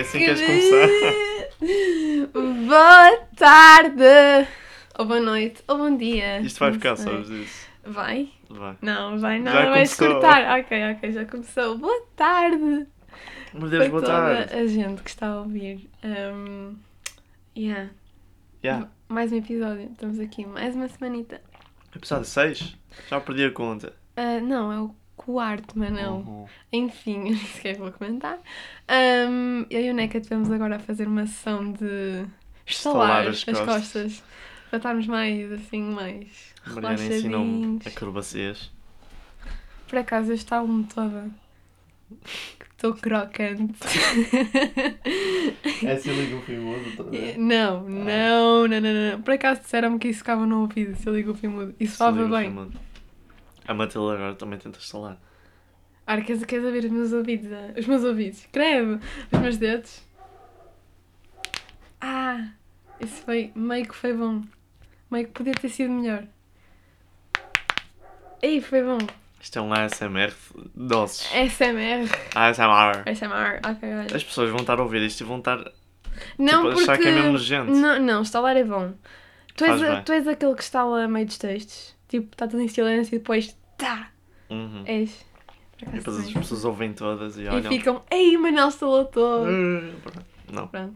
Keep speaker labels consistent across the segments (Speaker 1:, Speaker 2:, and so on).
Speaker 1: assim que queres começar?
Speaker 2: Boa tarde! Ou boa noite, ou bom dia.
Speaker 1: Isto vai
Speaker 2: Não
Speaker 1: ficar,
Speaker 2: sei.
Speaker 1: sabes disso?
Speaker 2: Vai?
Speaker 1: Vai.
Speaker 2: Não, vai não,
Speaker 1: Já
Speaker 2: vais
Speaker 1: começou.
Speaker 2: cortar. Ok, ok, já começou. Boa tarde!
Speaker 1: Meu Deus,
Speaker 2: para
Speaker 1: boa
Speaker 2: toda
Speaker 1: tarde.
Speaker 2: a gente que está a ouvir. Um, yeah.
Speaker 1: Yeah.
Speaker 2: Mais um episódio, estamos aqui, mais uma semanita.
Speaker 1: Episódio 6? Já perdi a conta.
Speaker 2: Ah, não, é o quarto, mas não.
Speaker 1: Uhum.
Speaker 2: Enfim, eu nem sequer vou comentar. Um, eu e o Neca estivemos agora a fazer uma sessão de estalar
Speaker 1: Estalar
Speaker 2: as
Speaker 1: as
Speaker 2: costas.
Speaker 1: costas.
Speaker 2: para estarmos mais, assim, mais
Speaker 1: A Mariana ensinou-me
Speaker 2: relaxadinhos.
Speaker 1: acrobacias.
Speaker 2: Por acaso eu estalo-me toda. Estou crocante.
Speaker 1: É
Speaker 2: assim
Speaker 1: silicone fimoso outra
Speaker 2: É,
Speaker 1: vez.
Speaker 2: não, não, não, não, não. Por acaso disseram-me que isso ficava no ouvido se eu ligo o filme e
Speaker 1: um
Speaker 2: soava bem.
Speaker 1: A Matilde agora também tenta instalar.
Speaker 2: Ora, queres, queres ouvir os meus ouvidos? ah? Os meus ouvidos. Creve! Os meus dedos. Ah! Isso foi. Meio que foi bom. Meio que podia ter sido melhor. Ei, foi bom.
Speaker 1: Isto é um ASMR f- doces.
Speaker 2: SMR.
Speaker 1: ASMR.
Speaker 2: SMR. Ok, olha.
Speaker 1: As pessoas vão estar a ouvir isto e vão estar.
Speaker 2: Não,
Speaker 1: tipo, achar
Speaker 2: porque.
Speaker 1: que é mesmo nojento.
Speaker 2: Não, não, instalar é bom. Tu és,
Speaker 1: Faz
Speaker 2: a-
Speaker 1: bem.
Speaker 2: tu és aquele que instala a meio dos textos. Tipo, está tudo em silêncio e depois. Tá!
Speaker 1: Uhum.
Speaker 2: És. Por
Speaker 1: E
Speaker 2: acaso
Speaker 1: depois as
Speaker 2: também.
Speaker 1: pessoas ouvem todas e
Speaker 2: assim. E
Speaker 1: olham.
Speaker 2: ficam. Ei, Manel instalou todo!
Speaker 1: Não.
Speaker 2: Pronto.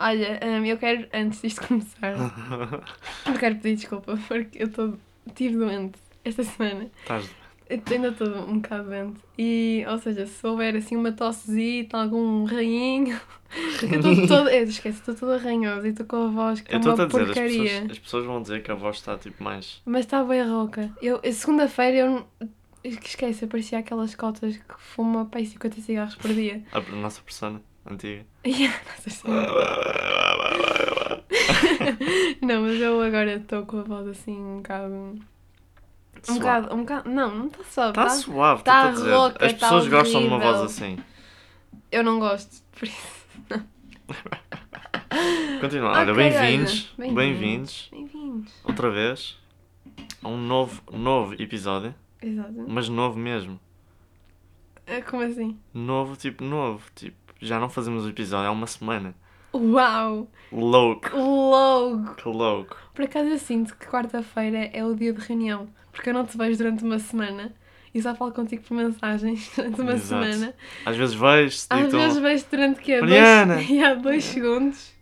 Speaker 2: Olha, hum, eu quero, antes disto começar,
Speaker 1: Ah.
Speaker 2: eu quero pedir desculpa porque eu tô- estive doente esta semana.
Speaker 1: Estás.
Speaker 2: Eu tô- ainda estou um bocado doente. E, ou seja, se houver assim uma tossezita, algum rainho. Eu estou toda. Eu esquece, estou toda ranhosa e estou com a voz que é
Speaker 1: Eu estou a
Speaker 2: uma
Speaker 1: dizer, as
Speaker 2: porcaria.
Speaker 1: pessoas, as pessoas vão dizer que a voz está tipo mais.
Speaker 2: Mas está bem rouca. Eu, eu- segunda-feira eu. não- eu Esquece, eu parecia aquelas cotas que fuma pai 50 cigarros por dia.
Speaker 1: A nossa persona antiga.
Speaker 2: E a nossa é senhora. Não, mas eu agora estou com a voz assim um bocado. Um bocado, um bocado. Não, não está só.
Speaker 1: Está
Speaker 2: tá?
Speaker 1: suave,
Speaker 2: tá
Speaker 1: estou a dizer.
Speaker 2: rouca,
Speaker 1: As
Speaker 2: tá
Speaker 1: pessoas gostam de uma
Speaker 2: horrível.
Speaker 1: voz assim.
Speaker 2: Eu não gosto, por isso. não.
Speaker 1: Continua.
Speaker 2: Ah,
Speaker 1: Olha,
Speaker 2: caralho.
Speaker 1: bem-vindos.
Speaker 2: Bem-vindos.
Speaker 1: Bem-vindos.
Speaker 2: Bem-vindos.
Speaker 1: Outra vez. A um novo, novo episódio.
Speaker 2: Exato.
Speaker 1: Mas novo mesmo.
Speaker 2: É, Como assim?
Speaker 1: Novo, tipo, novo. Tipo, já não fazemos o episódio há uma semana.
Speaker 2: Uau!
Speaker 1: Louco.
Speaker 2: Que Logo!
Speaker 1: Que louco.
Speaker 2: Por acaso eu sinto que quarta-feira é o dia de reunião, porque eu não te vejo durante uma semana e só falo contigo por mensagens durante uma
Speaker 1: Exato.
Speaker 2: semana.
Speaker 1: Às vezes vejo-se,
Speaker 2: Às
Speaker 1: digo-te um-
Speaker 2: vezes vejo durante quê? Dois,
Speaker 1: Mariana!
Speaker 2: e há dois segundos.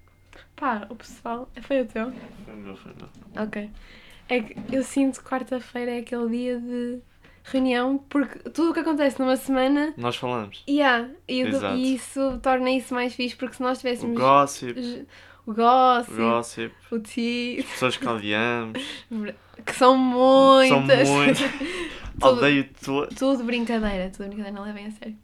Speaker 2: Pá, o pessoal. Foi o teu?
Speaker 1: Foi meu, foi meu.
Speaker 2: Ok. É que eu sinto que quarta-feira é aquele dia de reunião, porque tudo o que acontece numa semana,
Speaker 1: Nós falamos.
Speaker 2: e há e, eu-
Speaker 1: Exato.
Speaker 2: e isso torna isso mais fixe, porque se nós
Speaker 1: O
Speaker 2: tivéssemos
Speaker 1: gossip,
Speaker 2: j- o
Speaker 1: o
Speaker 2: gossip,
Speaker 1: gossip,
Speaker 2: o ti,
Speaker 1: pessoas que odiamos.
Speaker 2: que são muitas.
Speaker 1: São muitas.
Speaker 2: Tudo-
Speaker 1: Odeio tu.
Speaker 2: Tudo brincadeira, tudo brincadeira, não levem a sério.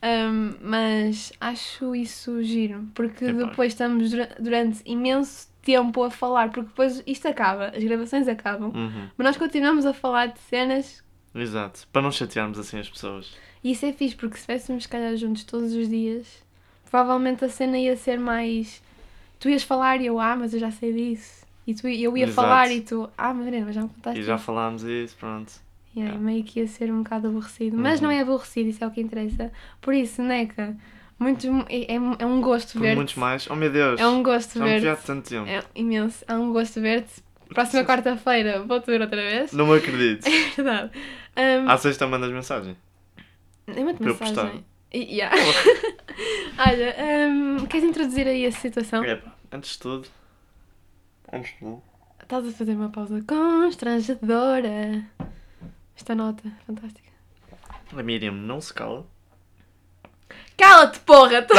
Speaker 2: Ahm, mas acho isso giro, porque
Speaker 1: Epá.
Speaker 2: depois estamos dura- durante imenso tempo a falar, porque depois isto acaba, as gravações acabam,
Speaker 1: Uhum.
Speaker 2: mas nós continuamos a falar de cenas
Speaker 1: Exato. Para não chatearmos assim as pessoas.
Speaker 2: E isso é fixe, porque se estivéssemos, se calhar, juntos todos os dias, provavelmente a cena ia ser mais. Tu ias falar e eu, ah, mas eu já sei disso. E tu, eu ia
Speaker 1: Exato.
Speaker 2: falar e tu, ah, Mariana, mas já me contaste
Speaker 1: E já
Speaker 2: isso.
Speaker 1: falámos isso, pronto.
Speaker 2: E aí, meio que ia ser um bocado aborrecido. Mas
Speaker 1: Uhum.
Speaker 2: não é aborrecido, isso é o que interessa. Por isso, Neca, muitos, é, é um- é um gosto
Speaker 1: Por
Speaker 2: ver
Speaker 1: muitos mais. Oh meu Deus.
Speaker 2: É um gosto
Speaker 1: Já me vi há
Speaker 2: ver
Speaker 1: tanto tempo.
Speaker 2: É imenso. Há um gosto ver-te. Próxima quarta-feira vou-te ver outra vez.
Speaker 1: Não me acredito. Ah,
Speaker 2: É verdade. Ahm,
Speaker 1: À sexta mandas mensagem.
Speaker 2: É uma
Speaker 1: Para eu postar.
Speaker 2: mensagem. E- Yeah. Olha, hum, queres introduzir aí essa situação?
Speaker 1: Epá, antes de tudo. Antes de tudo.
Speaker 2: Estás a fazer uma pausa constrangedora. Esta nota, fantástica.
Speaker 1: A Miriam não se cala.
Speaker 2: Cala-te, porra! tu-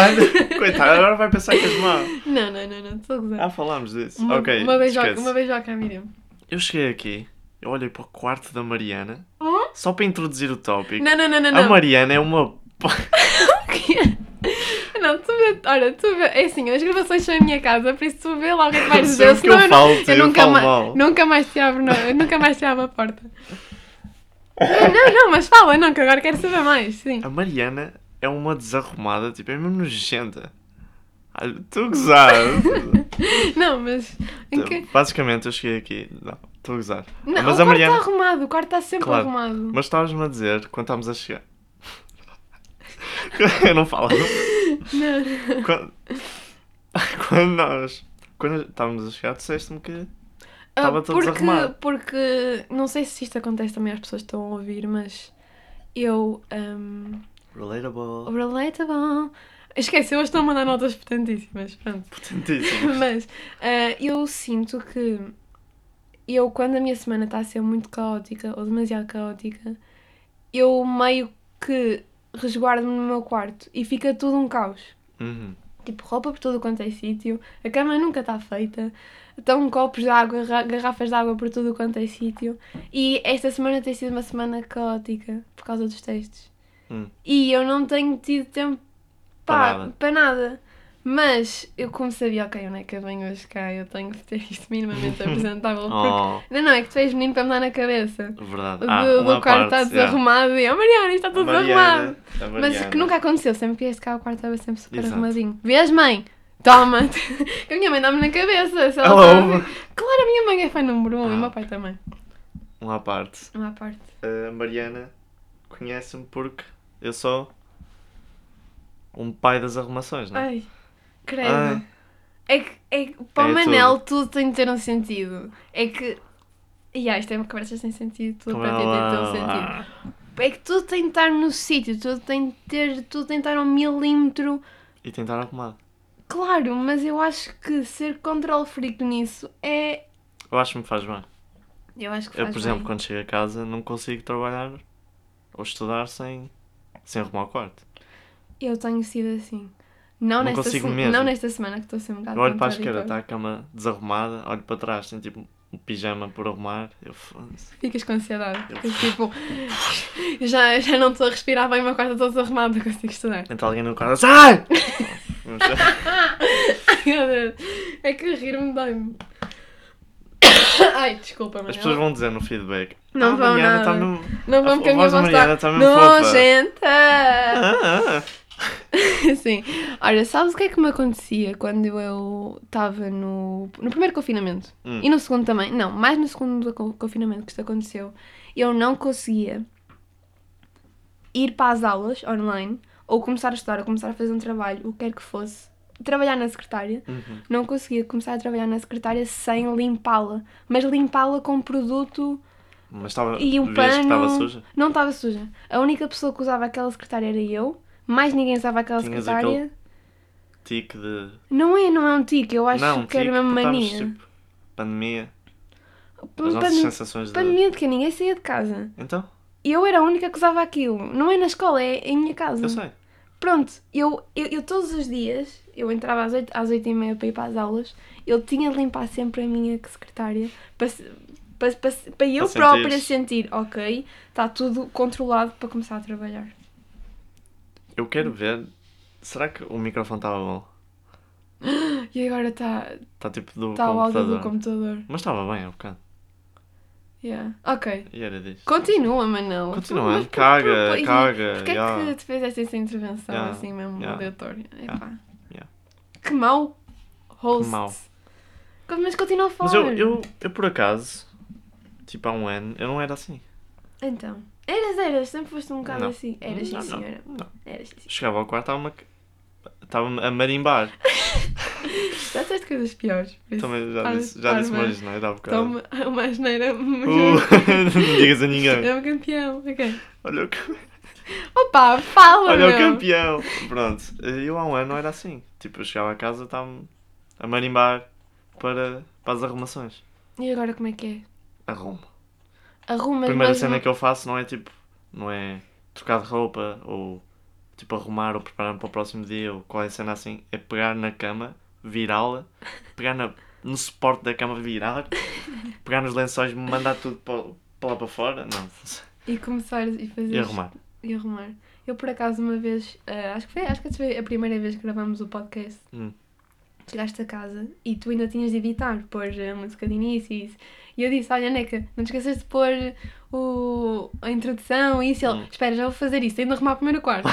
Speaker 1: Coitada, agora vai pensar que és má.
Speaker 2: Não, não, não, não, estou a gozar.
Speaker 1: Ah, falámos disso.
Speaker 2: Uma,
Speaker 1: ok.
Speaker 2: uma beijoca,
Speaker 1: esquece.
Speaker 2: uma beijoca, Miriam.
Speaker 1: Eu cheguei aqui, eu olhei para o quarto da Mariana,
Speaker 2: Hum?
Speaker 1: só para introduzir o tópico.
Speaker 2: Não, não, não, não,
Speaker 1: A
Speaker 2: não.
Speaker 1: Mariana é uma.
Speaker 2: não, tu vê, olha, tu vê, é assim, as gravações são em minha casa, por isso tu vê lá o que é que vais
Speaker 1: Sempre
Speaker 2: dizer,
Speaker 1: que eu
Speaker 2: senão
Speaker 1: falo,
Speaker 2: eu,
Speaker 1: eu
Speaker 2: nunca,
Speaker 1: falo
Speaker 2: ma-
Speaker 1: mal.
Speaker 2: nunca mais te abro, não, eu nunca mais te abro a porta. Não, não, não, mas fala, não, que agora quero saber mais, sim.
Speaker 1: A Mariana é uma desarrumada, tipo, é mesmo nojenta. Ah, Estou a gozar. Tipo,
Speaker 2: Não, mas. Em que...
Speaker 1: Basicamente, eu cheguei aqui. Não, estou a gozar.
Speaker 2: Não,
Speaker 1: Tá. Mas
Speaker 2: o quarto
Speaker 1: a Mariana.
Speaker 2: está arrumado, o quarto está sempre
Speaker 1: Claro.
Speaker 2: arrumado.
Speaker 1: Mas estavas-me a dizer quando estávamos a chegar. eu não falo.
Speaker 2: Não, não.
Speaker 1: Quando, quando nós. Quando estávamos a chegar, disseste-me que. Estava
Speaker 2: Ah,
Speaker 1: todo
Speaker 2: porque,
Speaker 1: desarrumado.
Speaker 2: porque não sei se isto acontece também às pessoas que estão a ouvir, mas eu. hum, ahm,
Speaker 1: Relatable.
Speaker 2: relatable. tá Esquece, eu hoje estou a mandar notas potentíssimas. Pronto.
Speaker 1: Potentíssimo.
Speaker 2: Mas ah, eu sinto que eu, quando a minha semana está a ser muito caótica ou demasiado caótica, eu meio que resguardo-me no meu quarto e fica tudo um caos.
Speaker 1: Uhum.
Speaker 2: Tipo, roupa por todo quanto é sítio, a cama nunca está feita, estão copos de água, ra- garrafas de água por tudo quanto é sítio. E esta semana tem sido uma semana caótica por causa dos textos.
Speaker 1: Hum.
Speaker 2: E eu não tenho tido tempo
Speaker 1: Para
Speaker 2: pá,
Speaker 1: nada.
Speaker 2: para nada. Mas eu como sabia, ok, onde é que eu venho hoje cá? Eu tenho que ter isto minimamente apresentável. Porque...
Speaker 1: Oh,
Speaker 2: Não, não, é que tu és menino para me dar na cabeça.
Speaker 1: verdade.
Speaker 2: O
Speaker 1: Ah,
Speaker 2: do,
Speaker 1: uma
Speaker 2: do quarto está
Speaker 1: parte, yeah.
Speaker 2: desarrumado e, oh Mariana, isto está tudo desarrumado.
Speaker 1: Mariana,
Speaker 2: Mas
Speaker 1: a
Speaker 2: é
Speaker 1: Mariana.
Speaker 2: que nunca aconteceu, sempre que este cá o quarto estava sempre super
Speaker 1: Exato.
Speaker 2: arrumadinho. Vês, mãe? Toma! que a minha mãe dá-me na cabeça. Se ela está
Speaker 1: Ela
Speaker 2: a
Speaker 1: ouve.
Speaker 2: ouvir. Claro, a minha mãe é fã número um e o
Speaker 1: Ah.
Speaker 2: meu pai também.
Speaker 1: Uma parte.
Speaker 2: Não há parte.
Speaker 1: A Mariana conhece-me porque eu sou um pai das arrumações, não é?
Speaker 2: Ai, credo.
Speaker 1: Ai.
Speaker 2: É que, é que para
Speaker 1: É
Speaker 2: o Manel tudo. tem de ter um sentido. É que. E ah, isto é uma conversa sem sentido, tudo
Speaker 1: Como
Speaker 2: para ti tem de ter um
Speaker 1: ela-
Speaker 2: sentido. É que tudo tem de estar no sítio, tudo tem de ter, tudo tem de estar a um milímetro.
Speaker 1: E tentar arrumar.
Speaker 2: Claro, mas eu acho que ser control freak nisso é.
Speaker 1: Eu acho que me faz bem.
Speaker 2: Eu acho que
Speaker 1: eu,
Speaker 2: faz
Speaker 1: por exemplo,
Speaker 2: bem.
Speaker 1: quando chego a casa, não consigo trabalhar ou estudar sem, sem arrumar o quarto.
Speaker 2: Eu tenho sido assim. Não,
Speaker 1: Não
Speaker 2: nesta,
Speaker 1: consigo
Speaker 2: se-
Speaker 1: mesmo.
Speaker 2: não nesta semana, que estou a ser um bocado
Speaker 1: Eu olho para a esquerda,
Speaker 2: contraditória.
Speaker 1: está a cama desarrumada, olho para trás, tem tipo um pijama por arrumar. Eu foda-se.
Speaker 2: Ficas com ansiedade. Ficas tipo, eu já, já não estou a respirar bem, o meu quarto está todo arrumado, não consigo estudar.
Speaker 1: Entra alguém no quarto, sai! Não sei.
Speaker 2: Ai, meu Deus. É que rir-me dói-me. Ai, desculpa,
Speaker 1: As
Speaker 2: Manel.
Speaker 1: pessoas vão dizer no feedback.
Speaker 2: Não
Speaker 1: "Ah,
Speaker 2: vão
Speaker 1: Mariana Tá
Speaker 2: nada.
Speaker 1: mesmo-
Speaker 2: Não um
Speaker 1: a
Speaker 2: vamos que a minha
Speaker 1: voz da
Speaker 2: voz
Speaker 1: Mariana
Speaker 2: está
Speaker 1: está mesmo fofa.
Speaker 2: nojenta.
Speaker 1: Ah, ah.
Speaker 2: Sim. Olha, sabes o que é que me acontecia quando eu estava no, no primeiro confinamento?
Speaker 1: Hum.
Speaker 2: E no segundo também. Não, mais no segundo co- confinamento que isto aconteceu. Eu não conseguia ir para as aulas online ou começar a estudar ou começar a fazer um trabalho, o que quer que fosse. Trabalhar na secretária.
Speaker 1: Uhum.
Speaker 2: Não conseguia começar a trabalhar na secretária sem limpá-la. Mas limpá-la com um produto
Speaker 1: Mas estava.
Speaker 2: e um
Speaker 1: vias
Speaker 2: pano.
Speaker 1: que estava suja?
Speaker 2: Não estava suja. A única pessoa que usava aquela secretária era eu. Mais ninguém usava aquela
Speaker 1: Tinhas aquele-
Speaker 2: secretária.
Speaker 1: Tique de.
Speaker 2: Não é, não é um tique, eu acho
Speaker 1: não,
Speaker 2: que era
Speaker 1: tique,
Speaker 2: uma
Speaker 1: porque estávamos,
Speaker 2: mania.
Speaker 1: tipo, pandemia. As
Speaker 2: Uma
Speaker 1: nossas
Speaker 2: pandem-
Speaker 1: sensações de.
Speaker 2: pandemia de que ninguém saía de casa.
Speaker 1: Então,
Speaker 2: E eu era a única que usava aquilo. Não é na escola, é em minha casa.
Speaker 1: eu sei.
Speaker 2: Pronto, eu, eu, eu todos os dias, eu entrava às 8, às 8 e meia para ir para as aulas, eu tinha de limpar sempre a minha secretária para, se- para, para, para eu
Speaker 1: Para
Speaker 2: própria
Speaker 1: sentires.
Speaker 2: sentir, ok, está tudo controlado para começar a trabalhar.
Speaker 1: Eu quero ver. Será que o microfone estava bom?
Speaker 2: E agora está
Speaker 1: Está tipo do
Speaker 2: está o áudio
Speaker 1: computador.
Speaker 2: do computador.
Speaker 1: Mas estava bem, é um bocado.
Speaker 2: Yeah. Ok.
Speaker 1: E era disso.
Speaker 2: Continua, Manel.
Speaker 1: Continua,
Speaker 2: Mas por-
Speaker 1: caga,
Speaker 2: por-
Speaker 1: caga,
Speaker 2: Porquê
Speaker 1: yeah.
Speaker 2: é que tu fizeste essa intervenção
Speaker 1: Yeah,
Speaker 2: assim mesmo
Speaker 1: yeah,
Speaker 2: aleatória? Epá.
Speaker 1: yeah.
Speaker 2: Que mau host.
Speaker 1: Que mau.
Speaker 2: Co- Mas continua a falar.
Speaker 1: Mas eu, eu, eu por acaso, tipo há um ano, eu não era assim.
Speaker 2: Então. Eras, eras, sempre foste um bocado
Speaker 1: Não.
Speaker 2: assim. Eras, sim,
Speaker 1: Não, não,
Speaker 2: senhora.
Speaker 1: não.
Speaker 2: Eras, sim.
Speaker 1: Chegava ao quarto, estava uma... Estava-me a marimbar.
Speaker 2: Já disseste coisas piores. Por isso.
Speaker 1: Também já
Speaker 2: Para-
Speaker 1: disse, já disse
Speaker 2: para-
Speaker 1: uma asneira há um bocado.
Speaker 2: Toma uma asneira. mas
Speaker 1: Uh,
Speaker 2: é-
Speaker 1: não digas a ninguém.
Speaker 2: É o campeão. Ok.
Speaker 1: Olha o, ca-
Speaker 2: Opa, fala,
Speaker 1: olha é o
Speaker 2: meu.
Speaker 1: campeão. Pronto, eu há um ano não era assim. Tipo, eu chegava a casa, estava-me a marimbar para, para as arrumações.
Speaker 2: E agora como é que
Speaker 1: Arrumo.
Speaker 2: é? Arrumas
Speaker 1: A primeira
Speaker 2: mais
Speaker 1: cena
Speaker 2: uma...
Speaker 1: que eu faço não é tipo, não é trocar de roupa ou tipo arrumar ou preparar-me para o próximo dia ou qualquer cena assim, é pegar na cama, virá-la, pegar na- no suporte da cama, virar, pegar nos lençóis, mandar tudo para, para lá para fora, não,
Speaker 2: E começares e fazeres...
Speaker 1: e arrumar.
Speaker 2: e arrumar. Eu por acaso uma vez, ah, acho que foi, acho que essa foi a primeira vez que gravámos o podcast.
Speaker 1: Hum.
Speaker 2: Chegaste a casa e tu ainda tinhas de editar, pôr a música de início e isso. E eu disse, olha Neca, não te esqueças de pôr o, a introdução e isso. Ele,
Speaker 1: Hum.
Speaker 2: espera, já vou fazer isso, tenho de arrumar primeiro o quarto.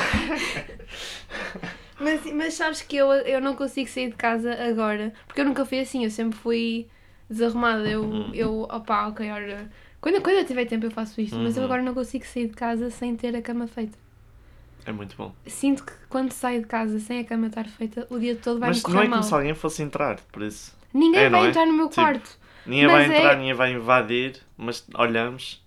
Speaker 2: mas, mas sabes que eu, eu não consigo sair de casa agora, porque eu nunca fui assim, eu sempre fui desarrumada. Eu,
Speaker 1: Hum.
Speaker 2: eu opá, ok, ora... Quando, quando eu tiver tempo eu faço isto, mas eu
Speaker 1: Uhum.
Speaker 2: agora não consigo sair de casa sem ter a cama feita.
Speaker 1: É muito bom.
Speaker 2: Sinto que quando saio de casa sem a cama estar feita, o dia todo vai-me
Speaker 1: Mas não
Speaker 2: correr
Speaker 1: é como
Speaker 2: mal.
Speaker 1: se alguém fosse entrar, por isso.
Speaker 2: Ninguém
Speaker 1: É, não
Speaker 2: vai
Speaker 1: é?
Speaker 2: entrar no meu
Speaker 1: Tipo,
Speaker 2: quarto.
Speaker 1: Ninguém
Speaker 2: Mas
Speaker 1: vai
Speaker 2: é-
Speaker 1: entrar, ninguém vai invadir, mas olhamos.